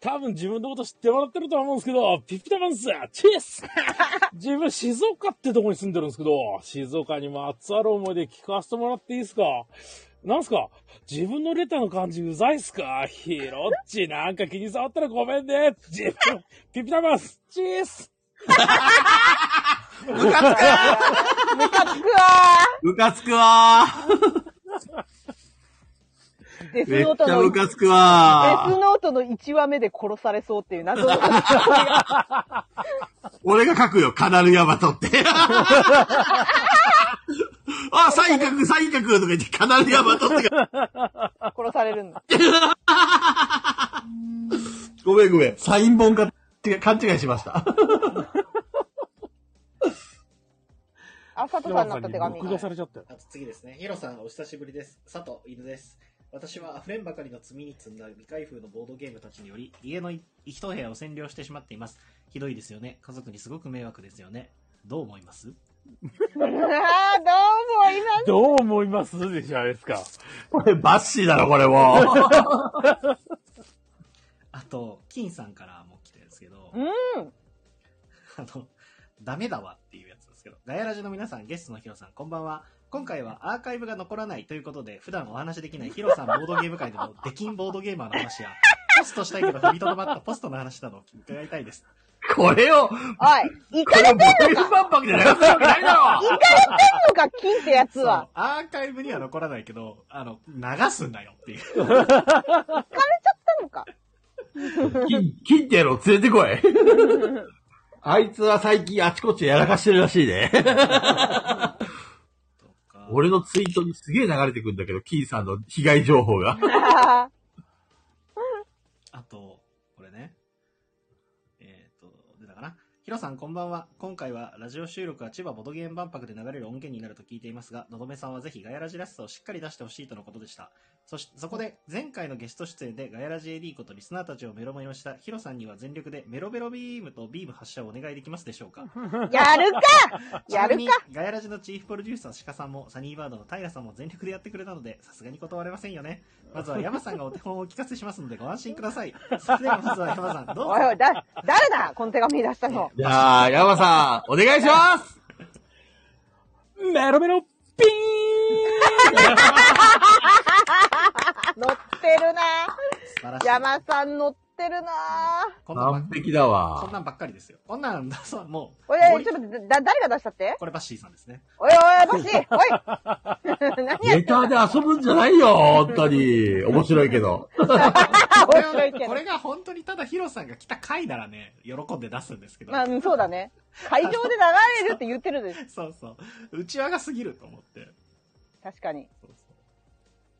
多分自分のこと知ってもらってるとは思うんですけど、ピピタマンス、チェ ス自分静岡ってとこに住んでるんですけど、静岡にまつわる思いで聞かせてもらっていいですかなんすか自分のレターの感じうざいっすかヒロッチなんか気に障ったらごめんね自分、ピピタマンス、チェス
ムカつ
ム
く
カつくわ
ムカつくわ
ーデ
ー
ス
めっ
ノー
ち
ト
ゃ
の、
ム
デ
カ
ス
つくわー
ノートの1話目で殺されそうっていう謎の。
俺が書くよ、カナルヤマ トって。あ、サイン書く、サイン書くとか言って、カナルヤマトって書く。
殺されるんだ。
ごめんごめん。サイン本か、違う勘違いしました。
あ、佐藤さんになった手 紙。
録画されちゃったよ。
あと次ですね。ヒロさん、お久しぶりです。佐藤犬です。私は溢れんばかりの積みに積んだ未開封のボードゲームたちにより、家のい一部屋を占領してしまっています。ひどいですよね。家族にすごく迷惑ですよね。どう思います
あーどうも、今
どう思いますでしょ、あれですか。
これバッシーだろ、これもう。
あと、金さんからも来てるんですけど、
うん。
あの、ダメだわっていうやつですけど、ガヤラジの皆さん、ゲストのヒロさん、こんばんは。今回はアーカイブが残らないということで、普段お話しできないヒロさんボードゲーム会でのデキンボードゲーマーの話や、ポストしたいけど踏みとどまったポストの話などを伺いたいです。
これ
お
を、
い、行
こ
かれ
れ
て
を
ん
ボリューム万博で流すわけないだろ
のか、金ってやつは。
そうアーカイブには残らないけど、あの、流すんだよっていう。
行かれ
金、金ってやろ、連れてこい。
ちゃったのか。
あいつは最近あちこちやらかしてるらしいね。
とか
俺のツイートにすげえ流れてくんだけど、金さんの被害情報が。
あ
あと、これね。えっ、と、出たかな。ヒロさんこんばんは。今回はラジオ収録は千葉ボドゲーム万博で流れる音源になると聞いていますが、のどめさんはぜひガヤラジらしさをしっかり出してほしいとのことでした。そし、そこで前回のゲスト出演でガヤラジ AD ことリスナーたちをメロメロしたヒロさんには全力でメロベロビームとビーム発射をお願いできますでしょうか
ー やるかやる
ちなみ
か
にガヤラジのチーフプロデューサー鹿さんもサニーバードの平さんも全力でやってくれたのでさすがに断れませんよ ねまずは山さんがお手本をお聞かせしますのでご安心くださいそれではまずは山さんどうぞ
おいおい、だ、誰だこの手紙出したの。
じゃあ、山さん、お願いします
メロメロピーン
乗ってるな
素晴らしい
山さん乗ってってるなぁ。
こんなんばっ
完璧だ
こんな
わ。
んばっかりですよ。こんなん だ、そう、もう。
おい
も
お
う
い、
一
ちょっと、だ、誰が出したって
これバッシーさんですね。
おいおい、バッシ ーおい何やって
ネ
んだ
タで遊ぶんじゃないよ、本当に。面白いけど。
これ
面白いけ
こ
ど。
れが本当にただヒロさんが来た回ならね、喜んで出すんですけど。
まあ、うんそうだね。会場で流れるって言ってるでしょ。
そうそう。内輪が過ぎると思って。
確 かに。
そうそう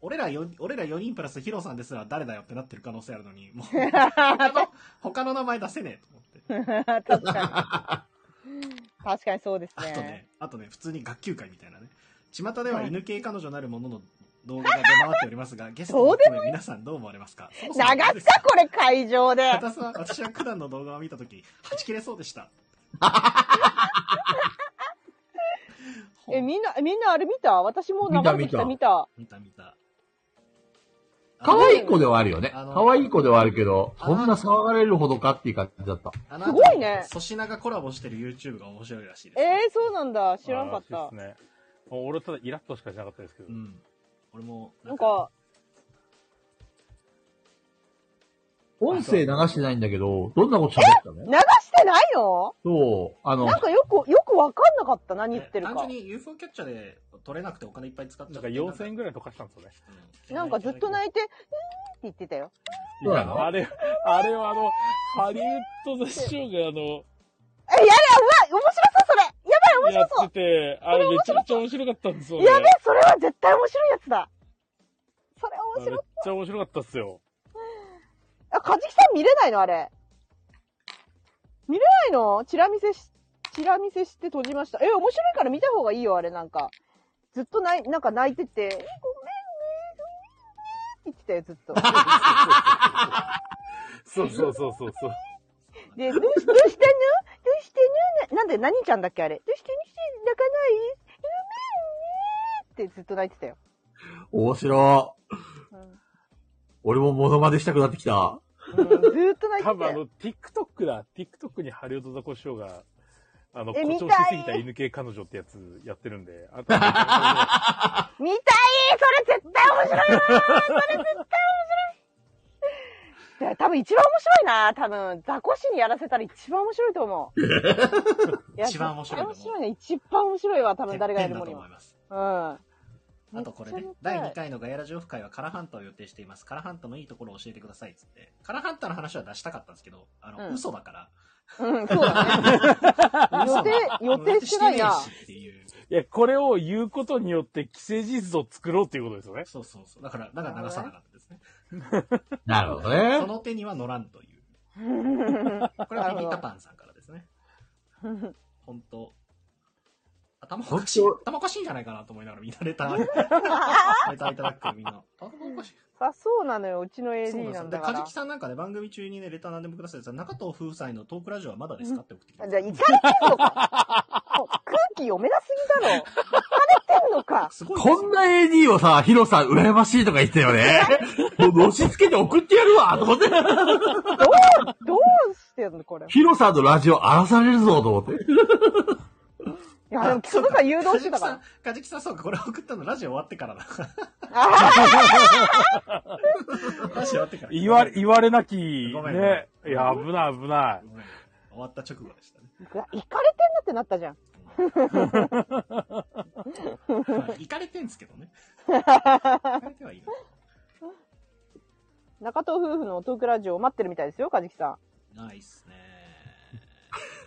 俺ら4、俺ら4人プラスヒロさんですら誰だよってなってる可能性あるのに、もう、他の、他の名前出せねえと思って。
確かに。確かにそうです
あ
ね。
とね、あとね、普通に学級会みたいなね。巷では犬系彼女なるものの動画が出回っておりますが、ゲストの含め皆さんどう思われますかそもそ
流
も
したこれ会場で。
私は、私は九段の動画を見たとき、はち切れそうでした。ほ
え、
ん
みんな、みんなあれ見た私も流れてきた、
見
見た。
見た見た。
可愛い子ではあるよね。
あの
可愛い子ではあるけど、
あの
そんな騒がれるほどかっていう感じだった。
あの
すごいね
粗品がコラボしてる YouTube が面白いらしいです。
えー、そうなんだ。知らなかっ
あ
た
らしい。ですね。もう俺ただイラッとしかしなかったですけど
う。ん。俺も、
なん、か、
音声流してないんだけど、どんなこと喋ってたの
流してないの
そう、あの
な、んかよく、よくわかんなかった。何言ってる
単
か
純。に UFO キャッチャーで取れなくてお金いっぱい使っちゃ
な
っ
んか
て。
4000円ぐらい溶かしたんですよね。
う
なんかずっと泣いて、うーんって言ってたよ。
い
そうなの
や、あれ、あれはあの、ハリウッドの師匠があの、
え、やだ、うわ、面白そう、それ。やばい、面
やっ
白そ
てて、あれめちゃめちゃ面白かったんですよ
う。
ね。
やべえ、それは絶対面白いやつだ。それ
あ
面
れめ
白
っ
い。
ちゃ面白かったっすよ。
あ、カジキさん見れないのあれ。見れないのチラ見せし、チラ見せして閉じました。え、面白いから見た方がいいよ、あれなんか。ずっとない、なんか泣いてて、えごめんね、ごめんね、って言ってたよ、ずっ と。
そうそうそうそうそう。
で、どうしどうしたのどうしてぬななんで、何ちゃんだっけあれ。どうしてぬし、泣かないごめんねってずっと泣いてたよ。
面白い。
うん
俺もモノマネしたくなってきた。
うん、ずーっと泣い
多
てた
分あ
よ。
の、TikTok だ。TikTok にハリウッドザコシショウが、あの、
え
誇張
見た
し
い
すぎた犬系彼女ってやつやってるんで。あ と、
見たいそれ絶対面白いなそれ絶対面白いいや多分一番面白いな多分、ザコシにやらせたら一番面白いと思 う。いや
一番面白いと思う
絶対面白いね。一番面白いわ、多
て
分
っぺ
誰がや
ん
る
だ
も
と
にも
思い。ます。
うん。
あとこれね
めっ、ちゃ
第
見たい
2回のガヤラジオフ会はカラハンタを予定しています。カラハンタのいいところを教えてくださいっつって。カラハンタの話は出したかったんですけど、あの、
うん
嘘だから。
うん、そうだね。予定、予定してないな。
えしっていう。
いや、これを言うことによって既成事実を作ろうっていうことですよね。
そうそうそう。だから、だから流さなかったですね。
なるほど
そ
ね。
の手には乗らんという。これ
な
はピ
るほ
ピ
ど
タパンさんからですね。 本当頭お
本
かしい
当。
頭おかしいんじゃないかなと思いながらみんなレター、レターいただくからみんな。頭おかしい。
あ、そうなのよ。うちの
そう
AD
な
なんん
です
だ
よ。で、
か
カ
ら。
ジ
じ
キさんなんかね、番組中にね、レター何でもくださいって言ったら中藤夫妻のトークラジオはまだですかって送ってきて
ゃあ、いかれてんのか。 もう空気読めなすぎだろ。いかれてんのか。
すごいですよ
こんな AD をさ、ヒロさん羨ましいとか言ってたよね。もう押し付けて送ってやるわと思って。
どう、どうしてんのこれ。
ヒロさんのラジオ荒らされるぞと思って。
いや、でも、つぶさん誘導してたか
カジキさん、カジキさんそうか、これ送ったのラジオ終わってからだ。
ら。あ
ラジオ終わってから。
言われ、言われなき、
ごめんごめ
ね。いや、危ない危ない。
ごめん終わった直後でしたね。
あ、いかれてんなってなったじゃん。
まあ行かれてんすけどね。行かれてはいる。
中藤夫婦のトークラジオを待ってるみたいですよ、かじきさ
ないっすね。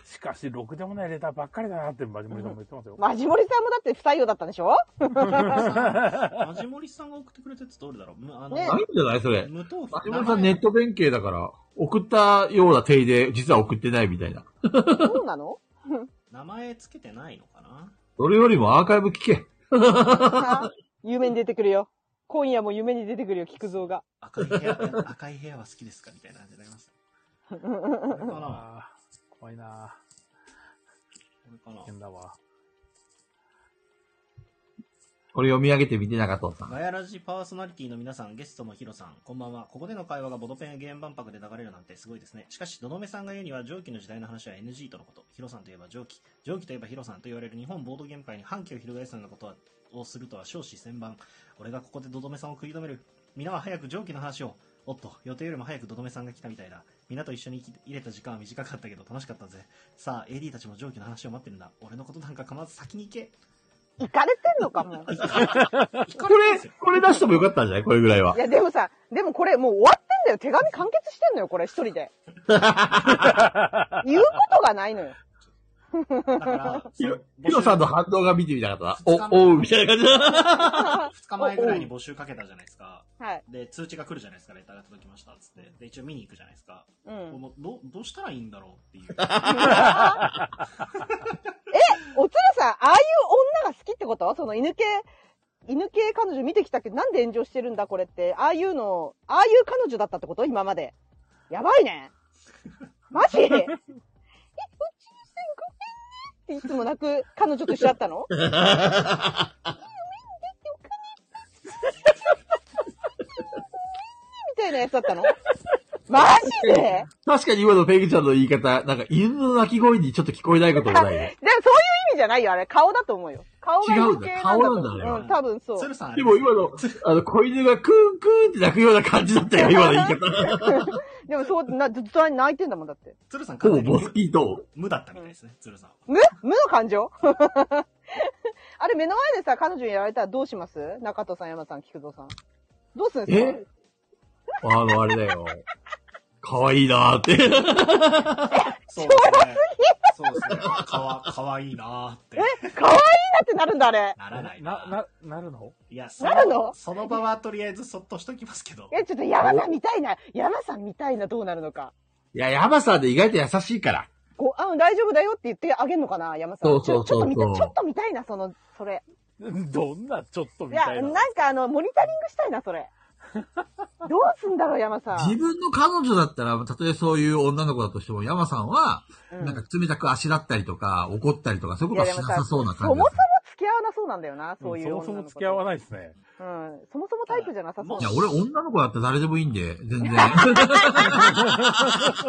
しかし、ろくでもないレターばっかりだなって、マジモリさんも言ってますよ
ん。。マジモリさんもだって不採用だったんでしょ
マジモリさんが送ってくれたやつどれだろうむあの、
ね
ないんじゃないそれ。
無豆腐
マジモリさんネット弁慶だから、送ったような手で、実は送ってないみたいな。
そう なの
名前つけてないのかな
それよりもアーカイブ聞け。
夢に出てくるよ。今夜も夢に出てくるよ、菊蔵が。
赤い部屋、 赤い部屋は好きですかみたいな感じになります。これかな
あー怖いな
これかな
変だわ。
これ読み上げてみて中藤さん。
ガヤラジパーソナリティの皆さん、ゲストのヒロさん、こんばんは。ここでの会話がボドペンゲーム万博で流れるなんてすごいですね。しかし、どどめさんが言うには、上記の時代の話は NG とのこと。ヒロさんといえば上記、上記といえばヒロさんと言われる日本ボードゲーム界に反旗を翻すようなことはをするとは終始千万。俺がここでどどめさんを食い止める。皆は早く上記の話を。おっと、予定よりも早くドドメさんが来たみたいだ。みんなと一緒に入れた時間は短かったけど楽しかったぜ。さあ、AD たちも上記の話を待ってるんだ。俺のことなんか構わず先に行 け。
行かれてんのかも。。
こ
これ、これ出してもよかったんじゃないこれぐらいはい
や、でもさ、でもこれもう終わってんだよ。手紙完結してんのよ、これ、一 人で。言うことがないのよ。
だから、
ヒロヒロさんの反応が見てみたかったな。お、おう、みたいな感じだ。
2日前ぐらいに募集かけたじゃないですか。
はい。
で、通知が来るじゃないですか。レターが届きました。つって。で、一応見に行くじゃないですか。
うん。
もうどどうしたらいいんだろうっていう。
おつるさん、ああいう女が好きってことその犬系、犬系彼女見てきたけど、なんで炎上してるんだこれって。ああいうの、ああいう彼女だったってこと今まで。やばいね。マジえ、うちのせんごめんねっていつも泣く彼女と一緒だったのいいよごめんねってお金ごめんねみたいなやつだったのマジで
確かに今のペグちゃんの言い方、なんか犬の鳴き声にちょっと聞こえないこともない ね。
でもそういう意味じゃないよ、あれ。顔だと思うよ。顔が余計
違うんだ
と思う
顔なんだあれは
うん、多分そう。
鶴さんあれ
でも今の、あの、子犬がクンクンって鳴くような感じだ ったよ、今の言い方。
でもそう、なずっと泣いてんだもんだって。
鶴さんか
ほ
な
ぼ
り
ボスキーと。
無だったみたいですね、鶴さんは。
無無の感情 あれ、目の前でさ、彼女にやられたらどうします中戸さん、山さん、菊蔵さん。どうするんですか
えあの、あれだよ。かわいいなー って。
そうですね。そうですね。かわ、かわいいなーって。
え可愛いなってなるんだ、あれ。
ならないな。
な、な、なるの
いや、そ
なるの
の、その場はとりあえずそっとしときますけど。
え、ちょっと山さん見たいな。山さん見たいな、どうなるのか。
いや、山さんで意外と優しいから。
こう、あ、うん大丈夫だよって言ってあげんのかな、山さん。
そうそうそうそう
ちょちょっと見た、ちょっと見たいな、その、それ。
どんな、ちょっと
い
み
や
たい、な。
なんかあの、モニタリングしたいな、それ。どうすんだろう、山さん。
自分の彼女だったら、たとえそういう女の子だとしても、山さんは、
うん
なんか冷たくあしらったりとか、怒ったりとか、そういう
い
こと
や
は
で
し
も
な
さ
さそうな
そ
感
も
じ
そも
だ
付き合わなそうなんだよな、そういう
そ
女の
も
子。
そも付き合わないですね。
うん。そもそもタイプじゃなさそう
いや、
な。
俺女の子だったら誰でもいいんで、全 然。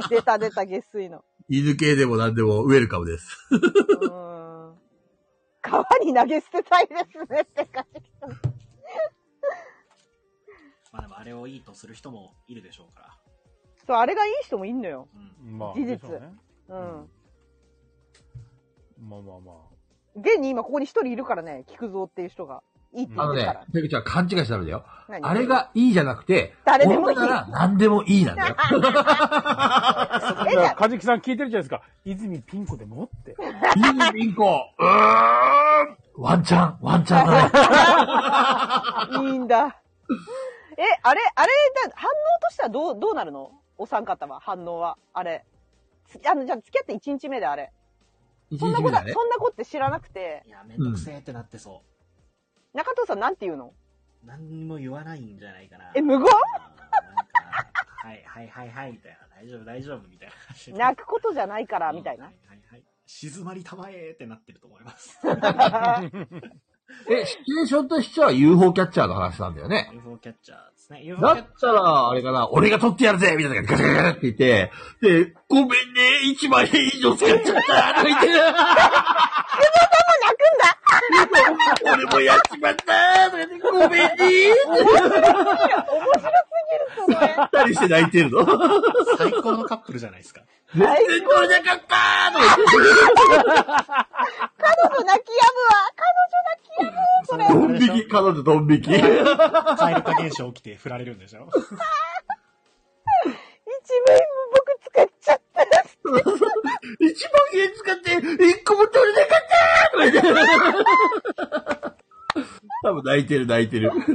出た出た、下水の。
犬系でも何でもウェルカムです。
うん。川に投げ捨てたいですねって感じ。
まあでもあれをいいとする人もいるでしょうから。
そう、あれがいい人もいんのよ。
うん。
まあ、
事実
でしょうね。
うん。
まあまあまあ。
現に今ここに一人いるからね、菊蔵っていう人が。いいって言っ
あの
てるか
ね
ら。、
ペグちゃん勘違いしちゃダメだよ。
何
あれ。がいいじゃなくて、
誰でもいい
女なら何でもいいなんだよ。
え、じ
いや、
ゃ
かじきさん聞いてるじゃないですか。泉ピン子でもって。
いいピンコ、うーん、ワンチャン、ワンチャン だね。
あ、いいんだ。え、あれ、あれだ、反応としてはどう、どうなるのお三方は、反応は。あれ。つあの、じゃあ付き合って一日目であれ。
一
そんな
日
こ
目
と、
だね。
そんなことって知らなくて。
いや、めんどくせえってなってそ
中藤さんなんて言うの
う。何にも言わないんじゃないかな。
え、無言
うんなんかはいはいはいはい、みたいな。大丈夫大丈夫、みたいな感じで。
泣くことじゃないから、みたい
は
な。
いはいはい。静まりたまえーってなってると思います。
え、シチュエーションとしては UFO キャッチャーの話なんだよね。
UFO キャッチャーですね。UFO キ
だ
ャッチ
ったら、あれかな、俺が取ってやるぜみたいな感じで、ガチャガチャガチャって言って、で、ごめんね、1万円以上使っちゃったとか言 って、俺もやっちまったとか言って、ごめんね
泣くんだそれ
二人して泣いてるの。
ャー最高のカップルじゃないですか。
全然取れなかったとか言って、
彼女泣き止むわ
それ、あ
ド
れ
ン
でしょ
引き、彼女ドン引き。い
蛙化現象起きて振られるんでしょ
一面僕使っちゃった
一万円使って、一個も取れなかったーとか言って。多分泣いてる泣いてる。
それ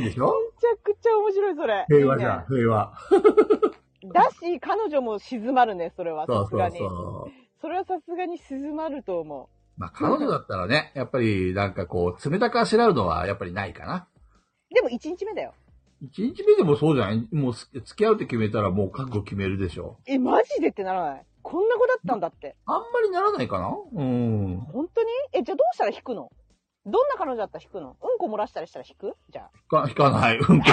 いいでしょ
めちゃくちゃ面白いそれ
平和じゃ
い
ん、平和。
いねだし彼女も静まるねそれは
そ
さ
う
す
そ
が
う
に
そう。
それはさすがに静まると思
まあ彼女だったらね、やっぱりなんかこう、冷たくあしらうのはやっぱりないかな。
うでも一日目だよ
一日目でもそうじゃないもうす付き合うって決めたらもう覚悟決めるでしょ。
えマジでってならないこんな子だったんだって
あんまりならないかなうん。
本当にえじゃあどうしたら引くのどんな彼女だったら引くのうんこ漏らしたりしたら引くじゃあ
引か、引かない。うんこ。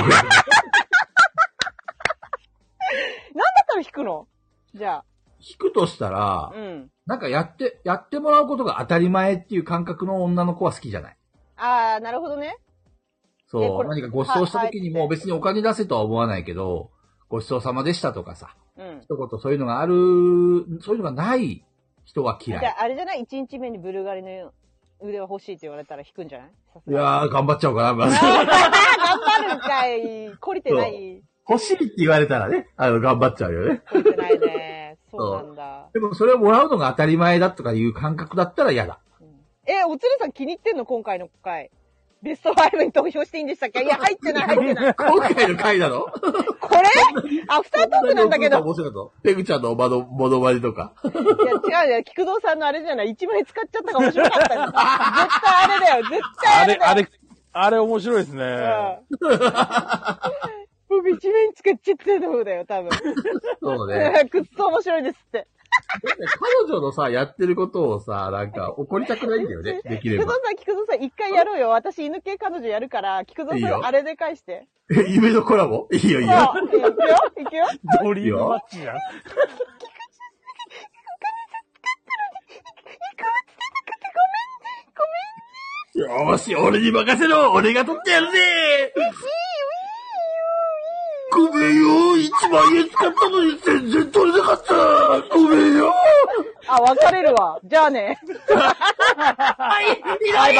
なんだったら引くのじゃ
引くとした
あ、
ら
うん
なんかやって、やってもらうことが当たり前っていう感覚の女の子は好きじゃない。
ああなるほどねえ
そ
こ
う、
れ
何かご馳走した時に
は
も
い
別にお金出せとは思わないけど、ごちそうさまでしたとかさ、
うん。
一言そういうのがある、そういうのがない人は
じ
嫌
ゃ
い。
あ、あれじゃない ?1 日目にブルガリの腕は欲しいって言われたら引くんじゃないさす
い
がに
やー、頑張っちゃおうかな、まず
頑張るんかい。懲りてない。
欲しいって言われたらね、あの、頑張っちゃうよね。
懲りてないね。そうなんだ。
でもそれをもらうのが当たり前だとかいう感覚だったら嫌だ。
うんえ、おつるさん気に入ってんの今回の回。ベスト5に投票していいんでしたっけいや、入ってない、入ってない。
今回の回なの
これアフタートークなんだけど。
面白いのペグちゃんのまの、モノマネとか。
いや、違うよ。菊蔵さんのあれじゃない。一枚使っちゃったが面白かったよ。絶対あれだよ。絶対
あ
あ
れ
れ、だよ。
あれ、あれ面白いですね。
うん僕一面使っちゃってる方だよ、多分。
そ うね。
くっそ面白いですって。
彼女のさ、やってることをさ、なんか怒りたくないんだよ ね、でき
菊
れば
蔵。さん、菊蔵さん、一回やろうよ。私、犬系彼女やるから、菊蔵
いい
さん、
よ
あれで返して。
え夢のコラボいいよ、いいよ。
そういくよ、いくよ。
ドリームマッチじゃん。
よーし、俺に任せろ俺が取ってやるぜごめんよ一万円使ったのに全然取れなかったごめんよ
あ、別れるわ。じゃあね。
はいいない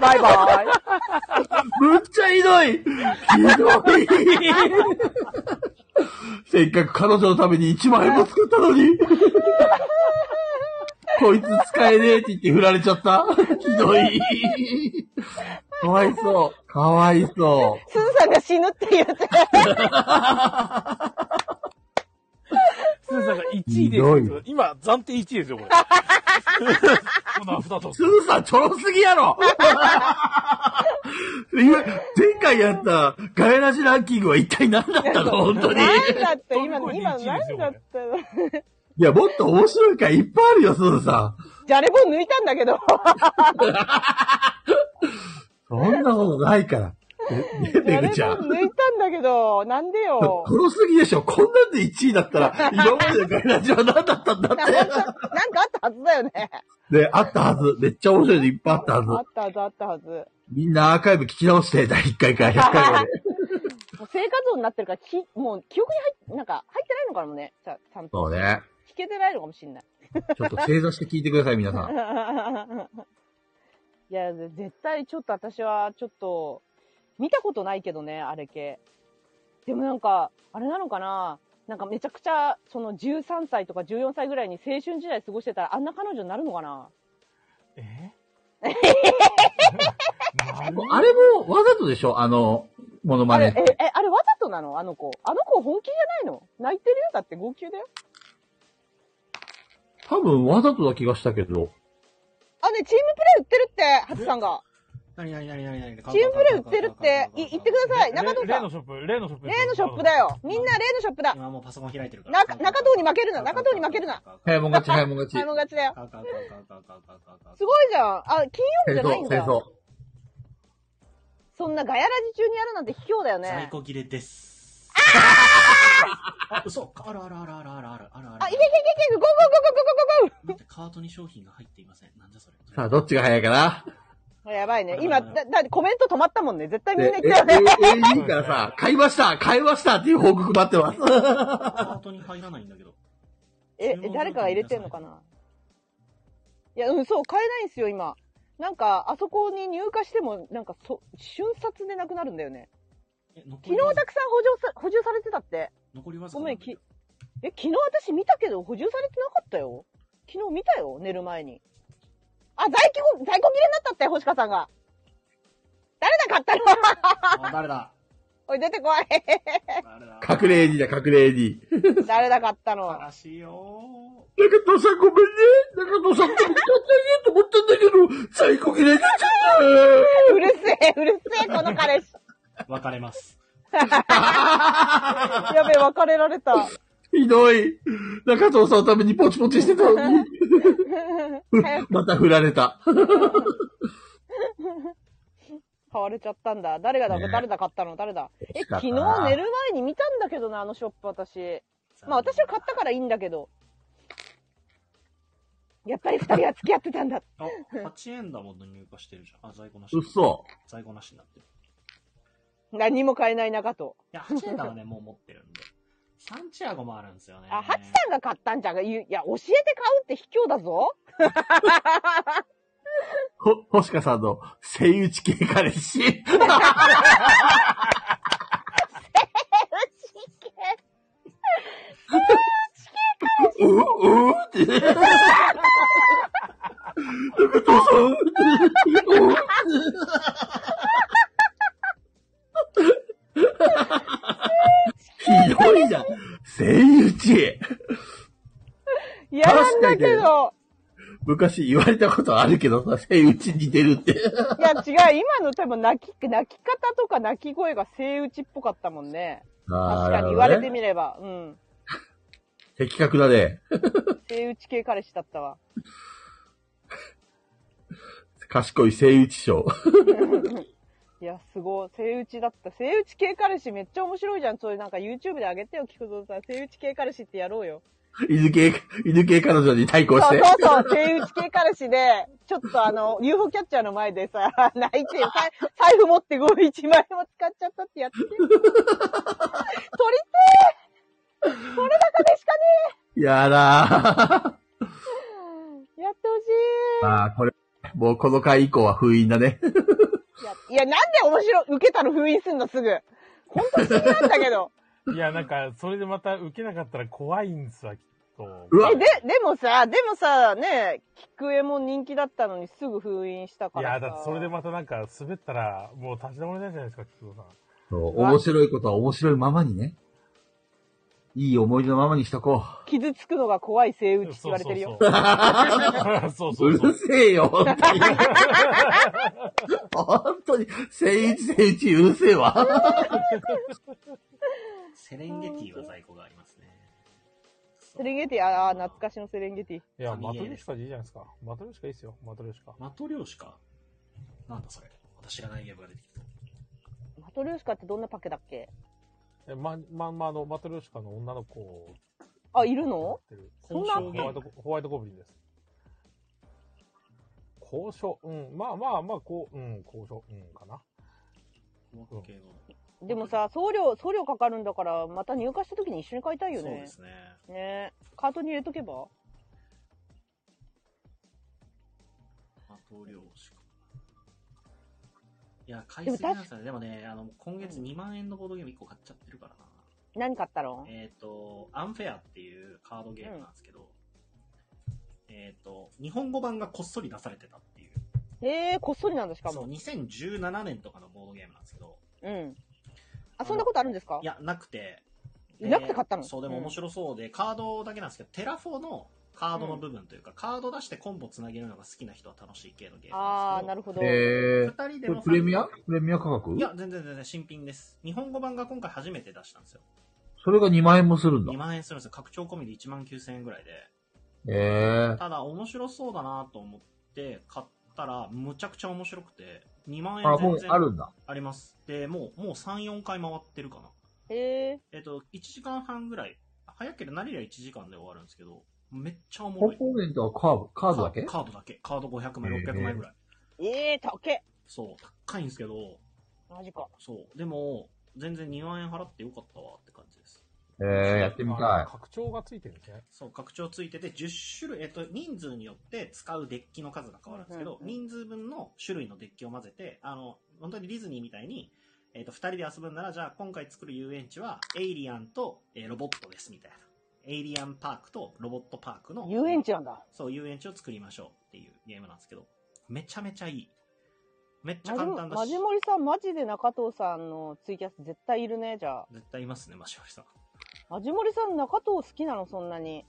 バイバイ。
むっちゃひどいひどいせっかく彼女のために一万円も作ったのにこいつ使えねえって言って振られちゃったひどいかわいそうかわいそう
すずさんが死ぬって言って。
すずさんが1位で
ひどい
今、暫定1位ですよ、これ。 このアフタートー
すずさんちょろすぎやろ今、前回やったガヤラジランキングは一体何だったの本当に。い
何だった今、
飛び越え
今
て一位です
何
よ
だったの
や、もっと面白い回いっぱいあるよ、すずさん。
じゃれぼん抜いたんだけど。
そんなことないから。ねね
じゃ
ペ
れ
グ
ぼん
ちゃん。
抜いたんだけど、なんで よ。
このすぎでしょこんなんで1位だっ たら、今までのガヤラジは何だったんだっ
なんかなん
て。
かあったはずだよね。
ね、あったはず。めっちゃ面白いのいっぱいあった
あ
は
っ
ず。
たはず、あったはず。も
みんなアーカイブ聞き直して、第1回 から100回ま で。
う生活音になってるから、き、もう記憶に入っ、なんか入ってないのかもね。ちゃちゃんと。
そうね。
聞けてないのかもしんない。
ちょっと正座して聞いてください、皆さん。
いや、ぜ絶対ちょっと私はちょっと、見たことないけどね、あれ系。でもなんか、あれなのかななんかめちゃくちゃ、その13歳とか14歳ぐらいに青春時代過ごしてたらあんな彼女になるのかな
ク。え
あれもわざとでしょあの、モノマ
あれ
ネっ、
え
て。、
え、あれわざとなのあの子。あの子本気じゃないの泣いてるよだって号泣だよ。
多分わざとだ気がしたけど。
あ、ね、チームプレイ売ってるって、ハツさんが。
何何何何何
チームプレイ売ってるってい言ってください中藤さん
例のショップ、例のショップ。
例のショップだよ。みんな例のショップだ。
今もうパソコン開いてるから。
中、中藤に負けるな。中藤に負けるな。
早いもん勝ち、早いもん勝ち。
買い物勝ちだよ。
買う買う買う買う買う買う買う買う
すごいじゃん。あ、金曜日じ
戦
ゃないん
争、戦
だ。
争。
そんなガヤラジ中にやるなんて卑怯だよ
在
ね。
庫切れです。ああ嘘あるあるあるあるあるあるあるある
あ、いけいけいけいけゴーゴーゴーゴーゴーゴーゴー
待ってカートに商品が入っていません。なんじゃそれ。
さあ、どっちが早い かな
ゴーやばいね。今、だ、だってコメント止まったもんね。絶対みん
で
な、言
え、
ったよね。
え AD からさ、買いました買いましたっていう報告待ってます。
カートに入らないんだけど。
え、え誰かが入れてんのかないや、うん、そう、買えないんですよ、今。なんか、あそこに入荷しても、なんか、そ、瞬殺でなくなるんだよね。
え残
昨
り
日たくさん補充さ、補充されてたって。
残りわずか
ごめん、
なんだけ
き
ど、
え、昨日私見たけど補充されてなかったよ。昨日見たよ、寝る前に。あ、在庫、在庫切れになったって、星川さんが。誰だ、買ったの
あ、誰だ
おい、 出てこ
誰だ
隠れ AD だ、隠れ AD。
い。誰だ、買ったの。
悲しいよ
中藤さんごめんね。中藤さんごめんね。と思ったんだけど、最高嫌いになっちゃっ
うるせえ、うるせえ、この彼氏。
ー。別れます。
やべえ、別れられた。
た。ひどい。中藤さんのためにポチポチしてたのに。
早く
また振られた。
買われちゃったんだ。誰がだ、
ねえ
誰だ買ったの誰だえ、
惜しか
昨
った
日
な
寝る前に見たんだけどな、あのショップ私。まあ私は買ったからいいんだけど。やっぱり二人は付き合ってたんだ。
あ、8円だもんの入荷してるじゃん。あ、在庫なし。
嘘。
在庫なしになってる。
何も買えない中と。
いや、8ネタはね、もう持ってるんで。 サンチアゴもあるんですよね。
あ、ハチさんが買ったんじゃが、言ういや、教えて買うって卑怯だぞ。
ほ、星香さんの、セイウチ系彼氏。う、うって。武藤さんうって。ひどいじゃん。セイウチ。
いや、なんだけど、
昔言われたことあるけどさ、セイウチ似てるって。
いや、違う、今の多分泣き、泣き方とか泣き声が声打ちっぽかったもんね。確かに言われてみれば、うん。
的確だね。
声打ち系彼氏だったわ。
賢いセイウチ賞。
いや、すごい。声打ちだった。声打ち系彼氏めっちゃ面白いじゃん。そういうなんか YouTube で上げてよ、菊蔵さん。声打ち系彼氏ってやろうよ。
犬系、犬系彼女に対抗し
そう
て。
そうそう、声打ち系彼氏で、ちょっとあの、UFO キャッチャーの前でさ、 泣いて、さい財布持って5、1万円も使っちゃったってや って。取りてえ取れ高でしか
やだ
ねえやってほし
ー。 ああ、これ、もうこの回以降は封印だね。
いや。いや、なんで面白い、受けたの封印すんのすぐ。本当に不思議なんだ けど。
いや、なんか、それでまた受けなかったら怖いんですわ、きっと。
うわ
え、で、でもさ、でもさ、ねえ、菊江も人気だったのにすぐ封印した
い
からさ。
や、だってそれでまたなんか滑ったら、もう立ち直れないじゃないですか、菊蔵さん。
そう面白いことは面白いままにね。いい思い出のままにしとこ
傷つくのが怖い声打ちって言われてるよ。
そうそ
う。う
うそう。
るせえよ、本当に。本当に、聖一聖一うるせえわ。
セレンゲティは在庫がありますね。
セレンゲティ、ああ、懐かしのセレンゲティ。
いや、マトリョシカでいいじゃないですか。マトリョシカいいですよ、マトリョシカ。
マトリョーシカなんだそれ。私知らないゲームが出てきた。
マトリョーシカってどんなパケだっけ
え、ま、ま、ま、あの、マトリョシカの女の子を
あ、いるの
やってる
そんな
ホワイトコホワイトゴブリンです。交渉、うん、まあまあまあ、こう、うん、交渉、うん、かな。
小学系の。
でもさ、送料、送料かかるんだから、また入荷した時に一緒に買いたいよ
そう
ね
で。すね。
ねカートに入れとけば
マトリョーシカ。いや、買い
ですも
ぎなんですよね。でもね、あの、今月2万円のボードゲーム1個買っちゃってるからな。
何買ったの
えっ、と、アンフェアっていうカードゲームなんですけど、えっ、と、日本語版がこっそり出されてたっていう。
えー、こっそりなんだ、しか
そう、
も。
2017年とかのボードゲームなんですけど、
うん。あ、そんなことあるんですか
いや、なくて。で
なくて買ったの
そう、でも
うん
面白そうで、カードだけなんですけど、テラフォのカードの部分というか、カード出してコンボつなげるのが好きな人は楽しい系のゲーム
あ
な
ー、
ん
な
で
るほど。
え
すけど、二人で
これ
も。
プレミアプレミア価格
いや、全然全然新品です。日本語版が今回初めて出したんですよ。
それが2万円もするんだ
2。万円するんですよ。拡張込みで1万9000円ぐらいで。
ええ
ただ、面白そうだなと思って買ったら、むちゃくちゃ面白くて、2万
あ、
円
も
全
う
然
あるんだ。
あります。で、もう、もう3、4回回ってるかな。
え
えっと、1時間半ぐらい。早ければ何より1時間で終わるんですけど、めっちゃおも
コ
ろ
ン
い。
ポーネントはカード、カードだけ
カードだけ。カード500枚、
へー
600枚ぐらい。
ー、えー、高え。
そう、高いんですけど、
マジか。
そう。でも、全然2万円払ってよかったわって感じです。
ええやってみた
拡張がついてるんですね。
そう、拡張ついてて、10種類、えっと、人数によって使うデッキの数が変わるんですけど、
うんうん
人数分の種類のデッキを混ぜて、あの、本当にディズニーみたいに、えっと、2人で遊ぶんなら、じゃあ今回作る遊園地は、エイリアンと、えーロボットですみたいな。エイリアンパークとロボットパークの。
遊園地なんだ。
そう、遊園地を作りましょうっていうゲームなんですけど、めちゃめちゃいい。めっちゃ
マジ
簡単だ
マ
し
ジ、モリさん、マジで中藤さんのツイキャス絶対いるね、じゃあ。
絶対いますね、マシオリさん。
マジモリさん、中藤好きなの、そんな に。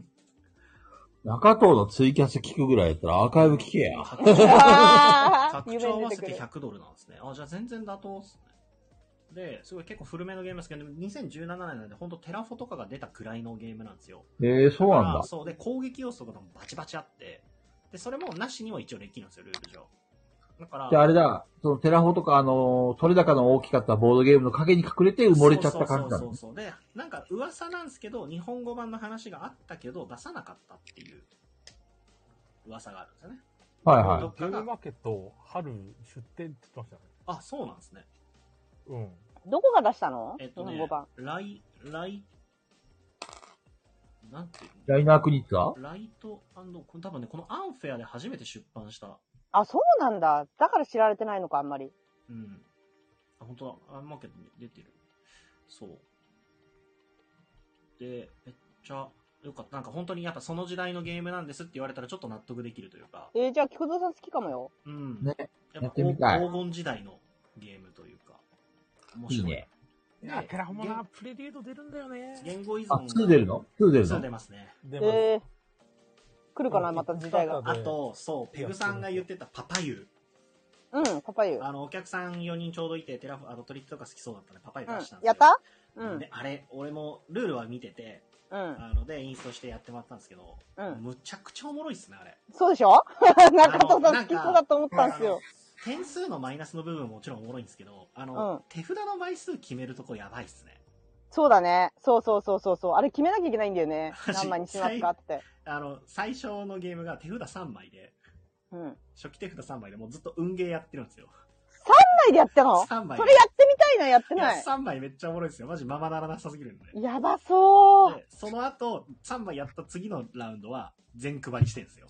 い。中藤のツイキャス聞くぐらいやったらアーカイブ聞けや。
拡張
あー
拡
夢
張合
に
わ
出
せ
てく
て
る。
100ドルなんですね。あ、じゃあ全然妥当っすね。で、すごい結構古めのゲームですけど、2017年なんで、本当テラフォとかが出たくらいのゲームなんですよ。
ええそうなん
あ
だ。
そう、で、攻撃要素とかもバチバチあって、で、それもなしには一応できるんですよ、ルール上。だから、
で、あれだ、そのテラフォとか、あのー、取れ高の大きかったボードゲームの影に隠れて埋もれちゃった感じだ
そう
ね。
そうそうそうで、なんか噂なんですけど、日本語版の話があったけど、出さなかったっていう噂があるんですよね。
はい
は。
はい
ゲームマーケット、春出店って言ってましたね。
あ、そうなんですね。
うん。
どこが出したの
えっとね
5番。、
ライ、ライ、なんていう
ライナークニッツァ
のライトこれ多分ね、このアンフェアで初めて出版した。
あ、そうなんだ。だから知られてないのか、あんまり。
うん。あ、本当だ。アンマーケットに出てる。そう。で、めっちゃ良かった。なんか本当にやっぱその時代のゲームなんですって言われたらちょっと納得できるというか。
えーじゃあ、菊蔵さん好きかもよ。
うん。
ね
やっぱ
やっ
黄
てみたい
黄金時代のゲームというか。面白い。
いいね
で。
いやテラフォもな
言、
プレデュート出るんだよね。
言語依存
あ、
が。
2出るの ?2 出る
そう
の
出ますね。
で
え
も、
ー、来るかな、また時代が。
あと、そう、ペグさんが言ってたパパユ
うん、パパユ。う
ー。あの、お客さん4人ちょうどいて、テラフ、あの、トリックとか好きそうだったんで、パパユー出したん
ん、
ですよ
やったうん、
ね、あれ、俺もルールは見てて、
うん、
あの、で、インストしてやってもらったんですけど、
うん。
むちゃくちゃおもろいっすね、あれ。
そうでしょ 中田
な
さ
ん
ん
か
好きそうだと思ったんですよ。
点数のマイナスの部分ももちろんおもろいんですけど、あ
う
の
ん、
手札の枚数決めるとこやばいっすね。
そうだね。そうそうそうそうそう。あれ決めなきゃいけないんだ よね。
マジ
何枚にしますかって。
あの、最初のゲームが手札3枚で、
うん。何
初期手札3枚でもうずっと運ゲーやってるんですよ。
枚でやったのそ
3枚
れやってみたいな、やって
い
ない
や。3枚めっちゃおもろいですよ。マジままならなさすぎるんで。
やばそう。
でその後、3枚やった次のラウンドは全配りしてるんですよ。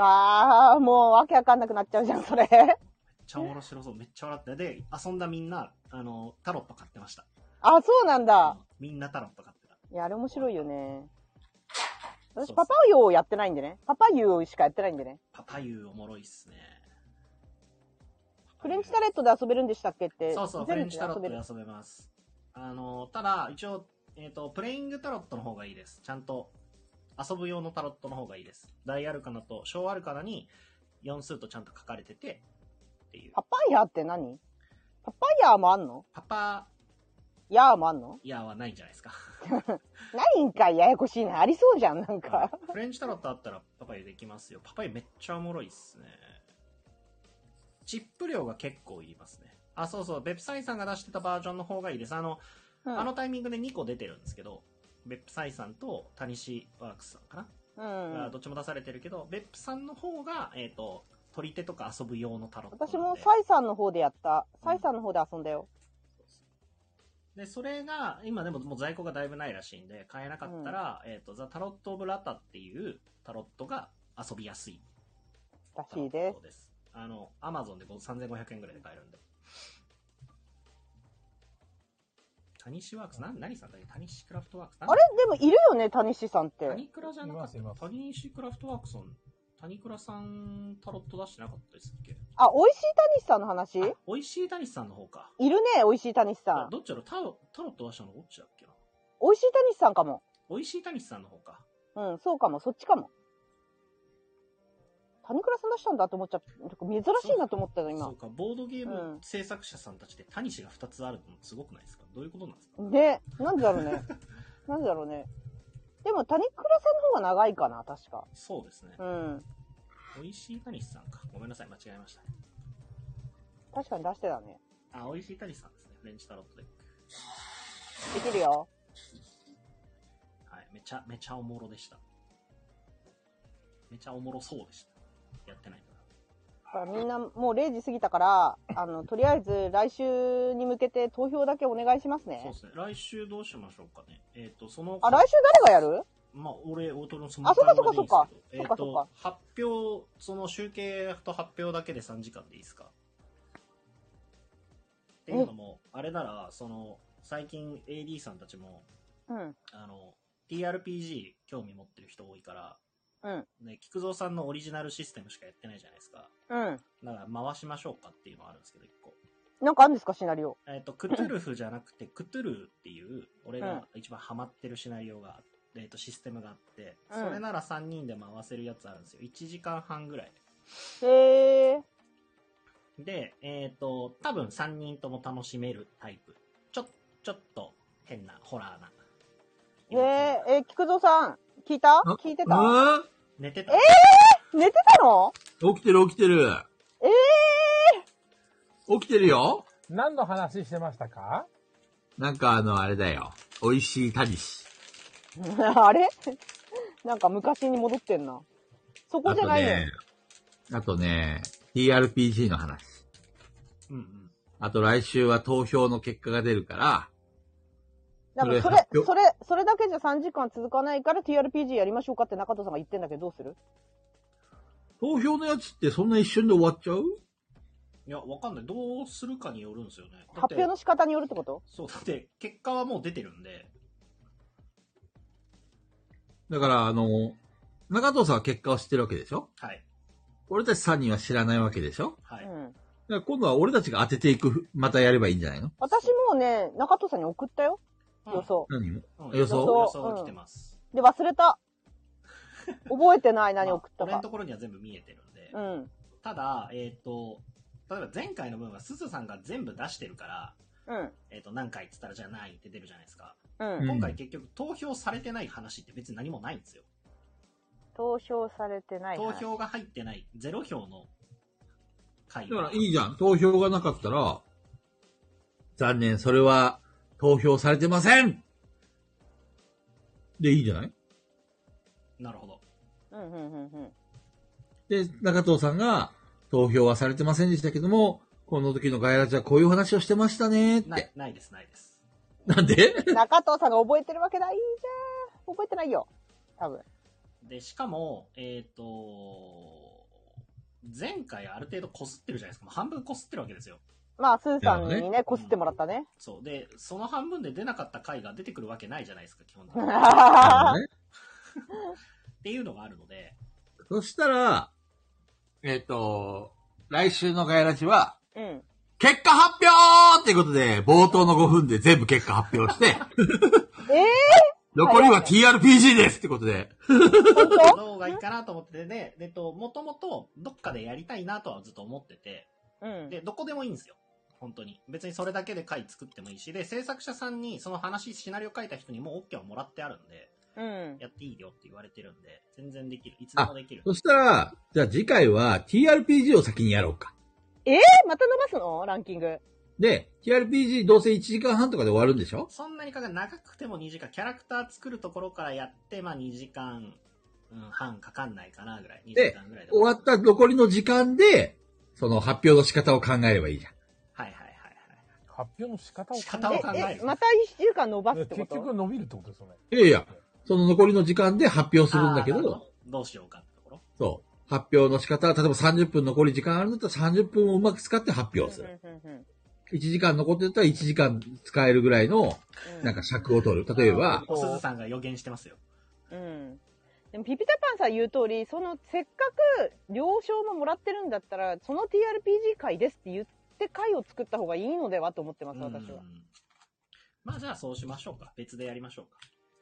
ああ、もうわけわかんなくなっちゃうじゃん、それ。
めっちゃ面白そう。めっちゃ笑って。で、遊んだみんな、あの、タロット買ってました。
あ、そうなんだ。
みんなタロット買ってた。
いや、あれ面白いよね。
そうそ
私、
う
パパユをやってないんでね。パパユをしかやってないんでね。
パパユーおもろいっすね。
フレンチタレットで遊べるんでしたっけって。
そうそう、フ
全
レ
部
ンチタロット
遊べ
で
る
遊べます。あの、ただ、一応、えっ、と、プレイングタロットの方がいいです。ちゃんと、遊ぶ用のタロットの方がいいです。大アルカナと小アルカナに4数とちゃんと書かれてて、っていう。
パパヤって何パパヤもあんの
パパ
ヤーもあんの
イヤーはないんじゃないですか。
ないんかい、ややこしいな。ありそうじゃん、なんか。
フレンチタロットあったらパパイできますよ。パパイめっちゃおもろいっすね。チップ量が結構いりますね。あ、そうそう、ベプサイさんが出してたバージョンの方がいいです。あの、
うん
あのタイミングで2個出てるんですけど、ベップサイさんとタニシワークスさんかな、
うん
がどっちも出されてるけど、ベップさんの方が、えっ、と、取り手とか遊ぶ用のタロットなんで。
私もサイさんの方でやった。サイさんの方で遊んだよ。
で、それが、今でももう在庫がだいぶないらしいんで、買えなかったら、えっ、と、ザ・タロット・オブ・ラタっていうタロットが遊びやすい
らしいです
そう。です。あの、アマゾンで3500円ぐらいで買えるんで。タニシワークス、な何さんだっけタニシクラフトワークス
あれでもいるよね、谷志さんって
タ。ニクラじゃなかった
いますいます
タニシクラフトワークスさん、タニクラさんタロット出してなかったですっけ
あ、美味しい谷志さんの話い
あ
るね、
美味しいタニシさんの方か。
美味しい谷志さん。
どっちだろうタロタロット出したのどっちだっけな
美味しい谷志さんかも。
美味しいタニシさんの方か。
うん、そうかも、そっちかも。谷倉さん出したんだと思っちゃった。珍しいなと思ったの、
そう
今。
か、ボードゲー
う
ム
ん
制作者さんたちでタニシが2つあるのすごくないですかどういうことなんですか
ね、なんでだろうね。 なんでだろうね。でも、谷倉さんの方が長いかな、確か。
そうですね
う。ん。
美味しいタニシさんか。ごめんなさい、間違えました。
確かに出してたね。
あ、美味しいタリスさんですね。フレンチタロットで。
できるよ。
はい。めちゃ、めちゃおもろでした。めちゃおもろそうでした。やってないから。
だからみんなもう0時過ぎたから、あの、とりあえず来週に向けて投票だけお願いします
そう
ね
で。すね。来週どうしましょうかね。えっ、と、その、
あ、来週誰がやる
まあ、俺、オートロンそ
あそっかそっかそっか
えっ、
そっかそっ
と
か、
発表、その集計と発表だけで3時間でいいですかっていうのも、あれなら、その、最近 AD さんたちも、
うん。
あの、TRPG 興味持ってる人多いから、
うん。
ね、菊蔵さんのオリジナルシステムしかやってないじゃないですか。
うん。
だから回しましょうかっていうのはあるんですけど、一個。
なんかあるんですか、シナリオ。
えっ、と、クトゥルフじゃなくて、クトゥルーっていう、俺が一番ハマってるシナリオが、えっ、と、システムがあって、
うん
それなら3人で回せるやつあるんですよ。1時間半ぐらい
へー。
で。で、えっ、と、多分3人とも楽しめるタイプ。ちょ、ちょっと変な、ホラーな。
へえ、えー、菊蔵さん、聞いた
ん
聞いて
う
た
ーん
寝てた。
寝てたの
起きてる起きてる。
ええ
起きてるよ。
何の話してましたか
なんかあの、あれだよ。美味しいタニシ。
あれなんか昔に戻ってんな。そこ
あ
じゃ
と
ないのよ。
ね、あとね、TRPG の話。
うんうん。
あと来週は投票の結果が出るから、
だからそ
それ
れ
発、表
それ、それだけじゃ3時間続かないから TRPG やりましょうかって中藤さんが言ってんだけどどうする
投票のやつってそんな一瞬で終わっちゃう
いや、わかんない。どうするかによるんですよね。だって
発表の仕方によるってこと
そう、だって、結果はもう出てるんで、
だから、あの、中藤さんは結果を知ってるわけでしょ
はい、
俺たち3人は知らないわけでしょ
は
う
い。
ん。
だから今度は俺たちが当てていく、またやればいいんじゃないの
私もうね、中藤さんに送ったよ。
うん
予想。
何も
うん
予想
予想が来てます。
で、忘れた。覚えてない何送っ
まあ
た
俺の
か。
ところには全部見えてるんで。
うん。
ただ、えっ、と、例えば前回の分はすずさんが全部出してるから、
うん。
えっ、と、何回って言ったらじゃあないって出るじゃないですか。
うん。
ん
今回結局投票されてない話って別に何もないんですよ。
投票されてない。
投票が入ってない、ゼロ票の回
だからいいじゃん。投票がなかったら、残念、それは投票されてませんで、いいんじゃない
なるほど。
うんうんうんうん。
で、中藤さんが、投票はされてませんでしたけども、この時のガイラジはこういう話をしてましたねっ
な
て
い。、ないです、ないです。
なんで
中藤さんが覚えてるわけないじゃん。覚えてないよ。多分。
で、しかも、えっ、と、前回ある程度こすってるじゃないですか。もう半分こすってるわけですよ。
まあ、スーさん
なる
に
ほ
ね、こすってもらったね。
そう。で、その半分で出なかった回が出てくるわけないじゃないですか、基本的に。っ
あ
あ
のね
ていうのがあるので、
そしたら、えっ、と、来週のガイラジは、
ー うん。
結果発表っていうことで、冒頭の5分で全部結果発 表して、
ええ
残りは TRPG ですってことで。
ー、本当
の方がいいかなと思ってて、で、えっと、もともとどっかでやりたいなとはずっと思ってて、
うん。
で、どこでもいいんですよ。本当に。別にそれだけで回作ってもいいし、で、制作者さんにその話、シナリオ書いた人にもう OK をもらってあるんで、
うん。
やっていいよって言われてるんで、全然できる。いつでもできる。
そしたら、じゃあ次回は TRPG を先にやろうか。
えまた伸ばすのランキング。
で、TRPG どうせ1時間半とかで終わるんでしょ
そんなにかが長くても2時間、キャラクター作るところからやって、まあ2時間、うん、半かかんないかなぐらい。2時間ぐらいで
終わった残りの時間で、その発表の仕方を考えればいいじゃん。
はいはいはいはい。
発表の仕方を考え
仕方を考え
え、
る
え、また1週間伸ばすってこ
結
と
局伸びるってことですよね。
いやいや、その残りの時間で発表するんだけ
あーな
ど、
るほどうしようかってところ。
そう。発表の仕方、例えば30分残り時間あるんだったら30分をうまく使って発表する。
うんうんうん
1時間残ってたら1時間使えるぐらいの、
うん
なんか尺を取る。例えば、
すずさんが予言してますよ。
うん。でもピピタパンさん言う通り、そのせっかく了承ももらってるんだったら、その TRPG 会ですって言って会を作った方がいいのではと思ってます、私は
う。んまあじゃあそうしましょうか。別でやりましょうか。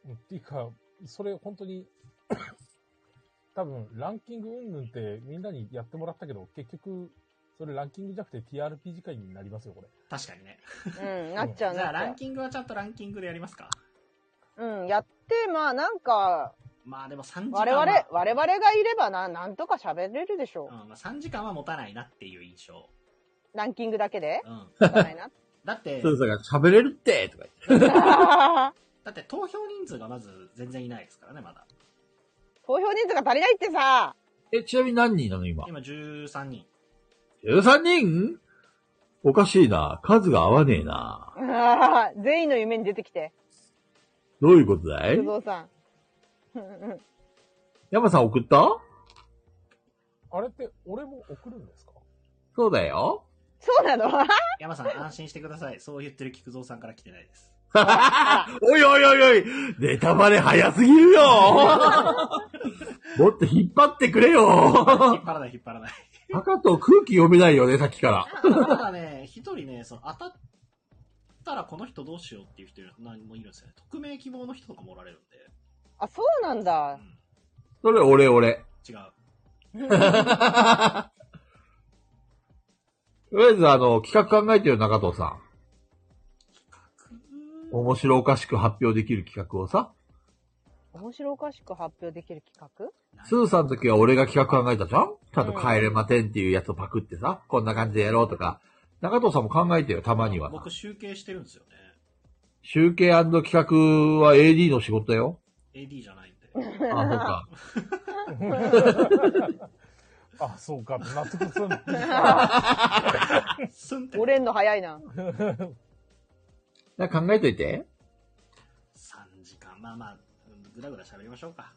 うんっていうか、それ本当に、 多分ランキング云々ってみんなにやってもらったけど、結局、それランキングじゃなくて TRPG 会になりますよ、これ。
確かにね。
うん、なっちゃう
じゃあ
なっち
ラ
ゃ
ンキングはちゃんとランキングでやりますか。
う。うん、やって、まあなんか、
まあでも3時間は。
我々、我々がいればな、なんとか喋れるでしょ
うん、まあ3時間は持たないなっていう印象。
う。ランキングだけで
うん。
いかないな。
だって
そ、うそう、喋れるって、とか言って。
だって投票人数がまず全然いないですからね、まだ。
投票人数が足りないってさ、
え、ちなみに何人なの今
今13人。
?13 人おかしいな。数が合わねえな。
全員の夢に出てきて、
どういうことだい
工藤さん。うんうん
山さん送った
あれって俺も送るんですか
そうだよ。
そうなの
山さん安心してください。そう言ってる菊蔵さんから来てない です。
おいおいおいおいネタバレ早すぎるよもっと引っ張ってくれ
引
よ
っ張らない引っ張らない。
赤と空気読めないよね、さっきから。
ただね、一人ね、その当たったらこの人どうしようっていう人何もいるんですよね。匿名希望の人とかもおられるんで。
あ、そうなん
う
だ。
ん、
それ俺俺。
違う。
とりあえずあの、企画考えてる中藤さん。面白おかしく発表できる企画をさ。
面白おかしく発表できる企画
スーさんの時は俺が企画考えたじゃんちゃんと帰れまてんっていうやつをパクってさ、こんな感じでやろうとか。中藤さんも考えてよ、たまには。
僕集計してるんですよね。
集計企画は AD の仕事だよ。
AD じゃないんで。
あ、そうか。
あ、そうかって納得 するの。
すんって。
折れんの早いな。
じゃあ考えといて。
3時間。まあまあ、ぐだぐだ喋りましょうか。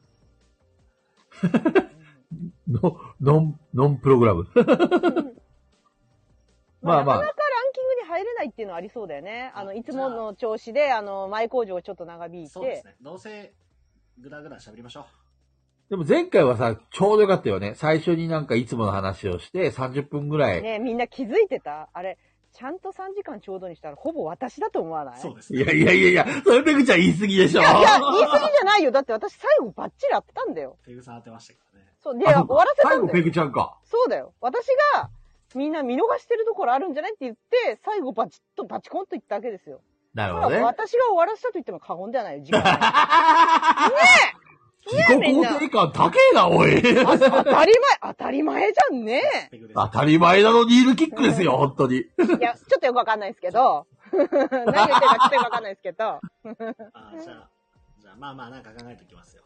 の、ノン、ノンプログラム。まあま
なかな
あ
か、ランキングに入れないっていうのはありそうだよね。あの、いつもの調子で、あの、前工場をちょっと長引いて。
そうですね。どうせ、ぐだぐだ喋りましょう。
でも前回はさ、ちょうどよかったよね。最初になんかいつもの話をして、30分ぐらい。
ねえみんな気づいてたあれ、ちゃんと3時間ちょうどにしたら、ほぼ私だと思わない
そうです
い
ね。
やいやいやいや、それペグちゃん言い過ぎでしょ。
いや、言い過ぎじゃないよ。だって私最後バッチリ合ってたんだよ。
ペグさん当てましたからね。
そう、で、
あ
終
そうか
わらせた
最
ん
後
だ
ペグ
よ。
ちゃんか。
そうだよ。私が、みんな見逃してるところあるんじゃないって言って、最後バチッとバチコンと言っただけですよ。
な
だ
るほ
か
どね
ら。私が終わらせたと言っても過言ではないよ。時間ない
自己
みんな
肯定感高えな、おい。
あ当たり前、当たり前じゃんね
ペグです。
当たり前なのニールキックですよ、本当に。
いや、ちょっとよくわかんないですけど。何言ってるかちょっとよくわかんないで すけど。な
あじゃあ、じゃあまあまあなんか考えておきますよ。
ん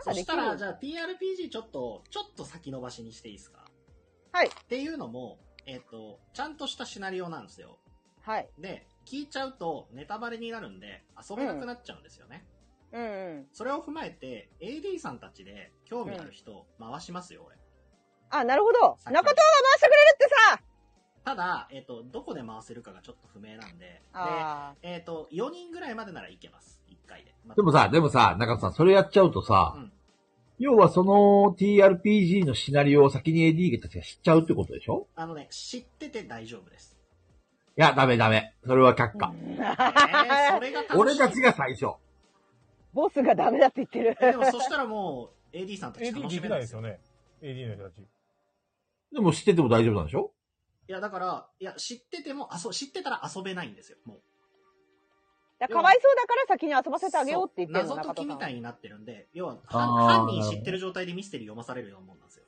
そ
かで
し
き
た
る
ら、じゃあ TRPG ちょっと、ちょっと先延ばしにしていいですか
はい
っていうのも、えっ、と、ちゃんとしたシナリオなんですよ。
はい。
で、聞いちゃうとネタバレになるんで、遊べなくなっちゃうんですよね。
うんうん。
それを踏まえて、AD さんたちで興味ある人回しますよ、俺。
あ、なるほど。
さっき
中藤が回してくれるってさ
ただ、えっ、と、どこで回せるかがちょっと不明なんで、で、
あ
えっ、と、4人ぐらいまでならいけます。1回で。まあ
でもさ、でもさ、中田さん、それやっちゃうとさ、
うん
要はその TRPG のシナリオを先に AD たちが知っちゃうってことでしょ
あのね、知ってて大丈夫 です。
いや、ダメダメ。それは却下。
えーそれが楽しい
俺たちが最初。
ボスがダメだって言ってる。
えでもそしたらもう、AD さんたち
AD
楽
で
し
き
めな
な
いで
いですす
よ
よ。ね。AD の人たち。
でも知ってても大丈夫なんでしょ
いや、だから、いや、知ってても、あそう、知ってたら遊べないんですよ、もう。
だからかわいそうだから先に遊ばせてあげようって言ってる
そう
の、
謎
中
解き
藤
み
さん
た
は。
いになってるんで、要は、
あー
犯犯人知ってる状態でミステリー読まされるようなもんなんですよ。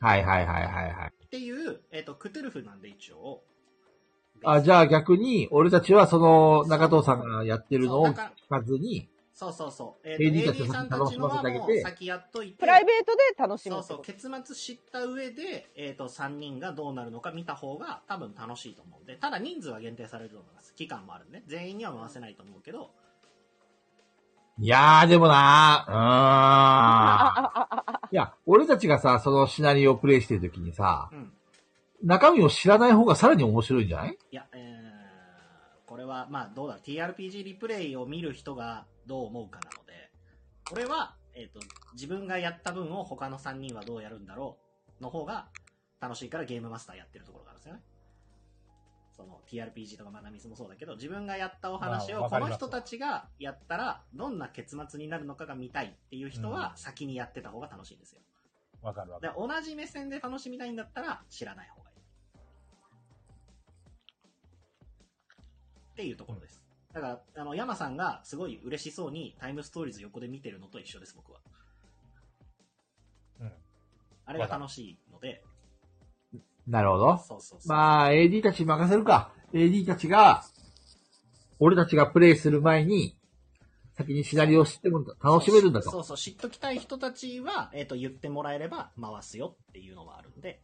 はいはいはいはいはい。
っていう、えっ、と、クトゥルフなんで一応。
あ、じ
ゃ
ゃあ逆に、俺たちはその中藤さんがやってるのを
そう
聞
だから
かずに、
そうそうそう。えっ、と、
AD たち
AD
の
さんたちのは
楽しませてあ
も
げ
う
て
先やっといて、
プライベートで楽しむ
そう
って
そう、
こと。
結末知った上で、えっ、と、3人がどうなるのか見た方が多分楽しいと思うんで、ただ人数は限定されると思います。期間もあるんでね、全員には回せないと思うけど、
いやーでもなー、うーん。
あああああ
いや、俺たちがさ、そのシナリオをプレイしてるときにさ
う、ん。
中身を知らない方がさらに面白いんじゃない
いや、えー、これは、まあ、どうだろう TRPG リプレイを見る人がどう思うかなので、俺は、えっ、と、自分がやった分を他の3人はどうやるんだろうの方が楽しいからゲームマスターやってるところがあるんですよね。その TRPG とかマナミスもそうだけど、自分がやったお話
まあ
を
わか
こ
り
の
ます
人たちがやったらどんな結末になるのかが見たいっていう人は先にやってた方が楽しいんですよ。
わかるわか
で
る。
同じ目線で楽しみたいんだったら知らない方がいい。っていうところです。だから、あの、山さんがすごい嬉しそうにタイムストーリーズ横で見てるのと一緒です、僕は。
うん。
あれが楽しいので。
なるほど。
そうそうそう。
まあ、AD たちに任せるか。AD たちが、俺たちがプレイする前に、先にシナリオを知っても楽しめるんだ
そ
と。
うそう、知っときたい人たちは、えっ、と、言ってもらえれば回すよっていうのはあるんで、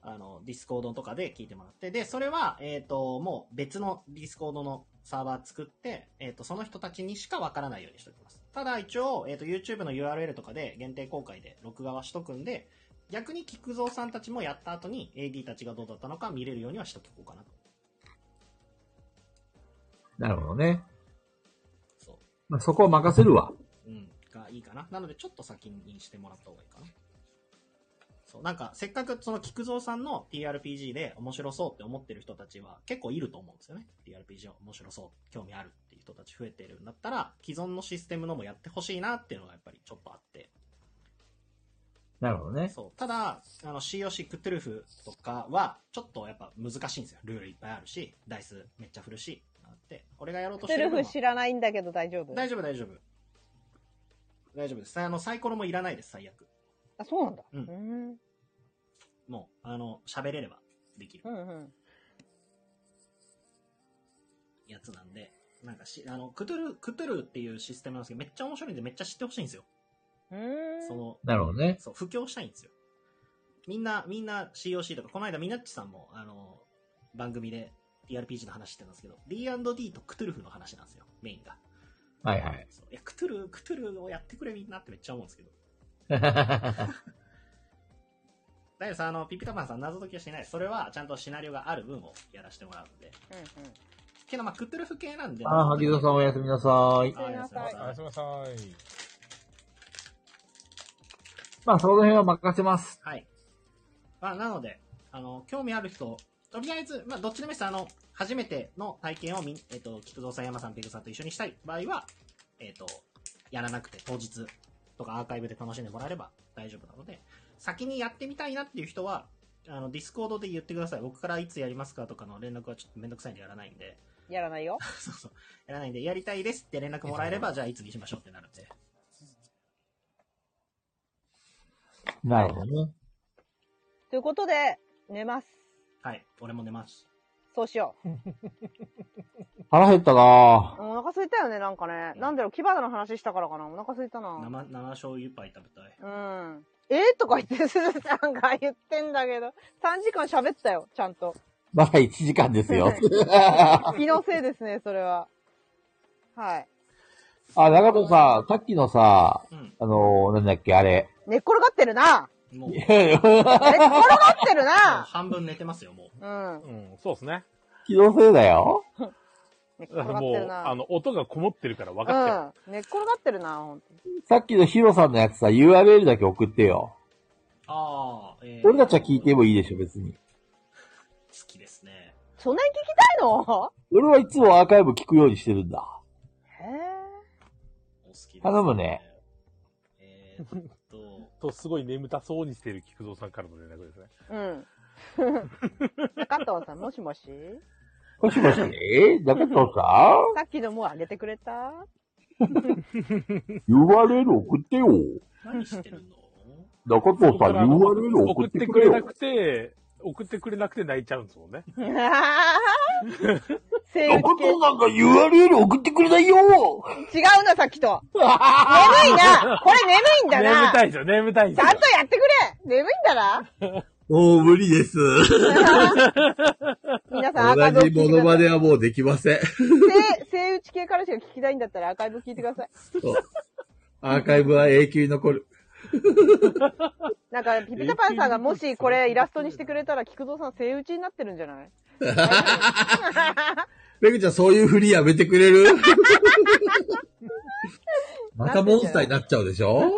あの、ディスコードとかで聞いてもらって、で、それは、えっ、と、もう別のディスコードのサーバー作って、えっ、と、その人たちにしかわからないようにしておきます。ただ一応、えっ、と、YouTube の URL とかで限定公開で録画はしとくんで、逆に菊蔵さんたちもやった後に AD たちがどうだったのか見れるようにはしとこうかなと。
なるほどね。
そう。
まあ、そこを任せるわ。
うん、がいいかな。なので、ちょっと先にしてもらった方がいいかな。そう、なんか、せっかくその菊蔵さんの TRPG で面白そうって思ってる人たちは結構いると思うんですよね。TRPG 面白そう、興味あるっていう人たち増えてるんだったら、既存のシステムのもやってほしいなっていうのがやっぱりちょっとあって。
なるほどね。
そう。ただ、あの COC クトゥルフとかは、ちょっとやっぱ難しいんですよ。ルールいっぱいあるし、ダイスめっちゃ振るし、あって。俺がやろうと
ク
して
ト
る
ゥル
のは
フ知らないんだけど大丈夫
大丈夫大丈夫。大丈夫です。あの、サイコロもいらないです、最悪。
あ、そうなんだ。
うん
ん。
もう、あの、喋れればできる
うんうん。
やつなんで、なんかし、あの、クトゥル、クトゥルっていうシステムなんですけど、めっちゃ面白いんでめっちゃ知ってほしいんですよ。
うーん。
その、
なるほどね。
そう、布教したいんですよ。みんな、みんな COC とか、この間みなっちさんも、あの、番組で TRPG の話してたんですけど、D&D とクトゥルフの話なんですよ、メインが。
はい はい。
そういや、クトゥル、クトゥルをやってくれみんなってめっちゃ思うんですけど。だけどさ、あの、ピピタパンさん謎解きはしないです。それはちゃんとシナリオがある分をやらせてもらうんで。
うんうん。
けど、まあ、クトゥルフ系なんで。
あー、萩田さんおやすみなさい。
あーおやすみな
お
さ
やす
い
みなさい。
まあ、その辺は任せます。
はい。まあ、なので、あの、興味ある人、とりあえず、まあ、どっちでもいいです。あの、初めての体験をみん、えっ、と、菊蔵さん、山さん、ペグさんと一緒にしたい場合は、えっ、と、やらなくて当日とかアーカイブで楽しんでもらえれば大丈夫なので、先にやってみたいなっていう人は、あの、ディスコードで言ってください。僕からいつやりますかとかの連絡はちょっとめんどくさいんでやらないんで、
やらないよ。
そうそう。やらないんで、やりたいですって連絡もらえれば、じゃあいつにしましょうってなるんで。
なるほどね。
ということで、寝ます。
はい。俺も寝ます。
そうしよう。
腹減ったなぁ。
うんお腹空いたよね、なんかね。なんだろう、木花の話したからかな。お腹空いたな。
生、生醤油パイ食べたい。
うん。えー、とか言って、すずちゃんが言ってんだけど、3時間喋ったよ、ちゃんと。
まだ1時間ですよ。
気のせいですね、それは。はい。
あ、中藤さん、さっきのさ、
うん。
あのー、なんだっけ、あ れ。
寝っ転がってるな
もう、もう
寝っ転がってるな
半分寝てますよ、 もう。
うん。
うん、そうですね。
気のせいだよ。
寝っ転がって
も
る
う、あ
な
の、音がこもってるから分かっちゃう。
うん。寝っ転がってるなほんと
さっきのヒロさんのやつさ、URL だけ送ってよ。
ああ、えー
俺たちは聞いてもいいでしょ、別に。
好きですね。
そんなに聞きたいの
俺はいつもアーカイブ聞くようにしてるんだ。
へ
お好きです、
頼むね。
えー、っと、
と、すごい眠たそうにしてる菊蔵さんからの連絡ですね。
えうん。中藤さん、もしもし
もしもし、 え中藤さ
さっきのもうあげてくれ た
ん ?URL 送ってよ。
何してるの
中藤さん、URL 送
送
っ
ってて
く
く
れ
れな
よ。
くて、送ってくれなくて泣いちゃうんですもんね。
声優
中藤さんが URL 送ってくれないよ
系違うな、さっきと。眠いなこれ眠いんだ
眠
な
たいんですよ、眠たいん
ち
で
ゃ
す
んと
よ。
やってくれ眠いんだな
もう無理です。
皆さんアーカイブを聞いてください。
ネはもうできません。
声声打ち系からしか聞きたいんだったらアーカイブ聞いてください。
アーカイブは永久に残る。
なんか、ピピタパンさんがもしこれイラストにしてくれたら、菊蔵さん声打ちになってるんじゃない
ペグちゃん、そういうふりやめてくれるまたモンスターになっちゃうでしょ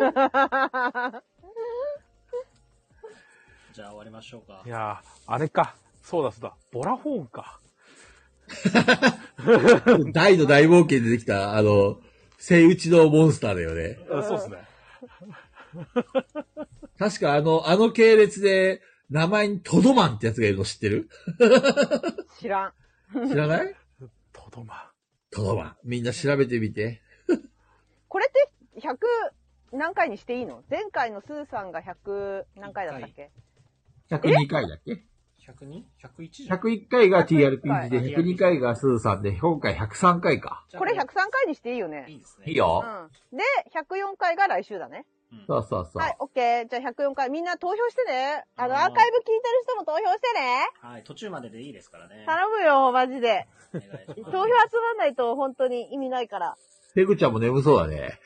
じゃあ終わりましょうか
い。やー、あれか。そうだそうだ。ボラホーンか。
大の大冒険でできた、あの、生打ちのモンスターだよね。
あそうですね。
確かあの、あの系列で、名前にトドマンってやつがいるの知ってる
知らん。
知らない
とどま。
トドマン。みんな調べてみて。
これって100何回にしていいの前回のスーさんが100何回だったっけ
102回だっけ
102?101 じゃん。
?101 回が TRPG で、
101
102回がスーさんで、今回103回か。
じゃあ
これ103回にしていいよ
いい
ね。
ですね。
いいうよ。
ん。で、104回が来週だね。
うん。
そうそうそう。
はい、オッケー。じゃあ104回みんな投票してね。あの、
あー
アーカイブ聞いてる人も投票してね。
はい、途中まででいいですからね。
頼むよ、マジで。
お願いします
投票集まんないと本当に意味ないから。
ペグちゃんも眠そうだね。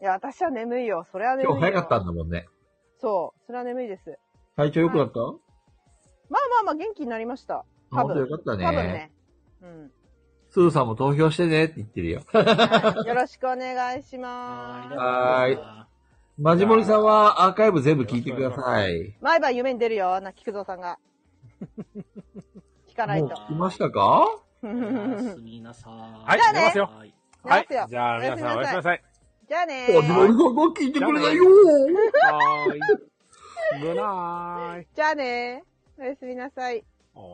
いや、私は眠いよ。それは眠いよ。
今日早かったんだもんね。
そう。それは眠いです。
体調良くなった、
まあまあまあ元気になりました。
あ、
多
本当
分
よ。かったね。
多分ね。うん。
スーさんも投票してねって言ってるよ。
はいよろしくお願いし
は
ま
い
す。
はーい
あ
マジモリさんはアーカイブ全部聞いてください。
毎晩夢に出るよ、な、菊蔵さんが。聞かない
もう
と。
聞きましたか
りがとうございます。おやすみなさー。
はいい
じゃあ、ね
寝ますよ。
はい。
は
流
い
すよ。。
じゃあ皆さんおやすみな
おやすみなさ
さ
い。
い。
じゃあね
マジモリさん
ー。
が聞いてくれないよ
はーい。グナーイ。
じゃあねー。おやすみなさい。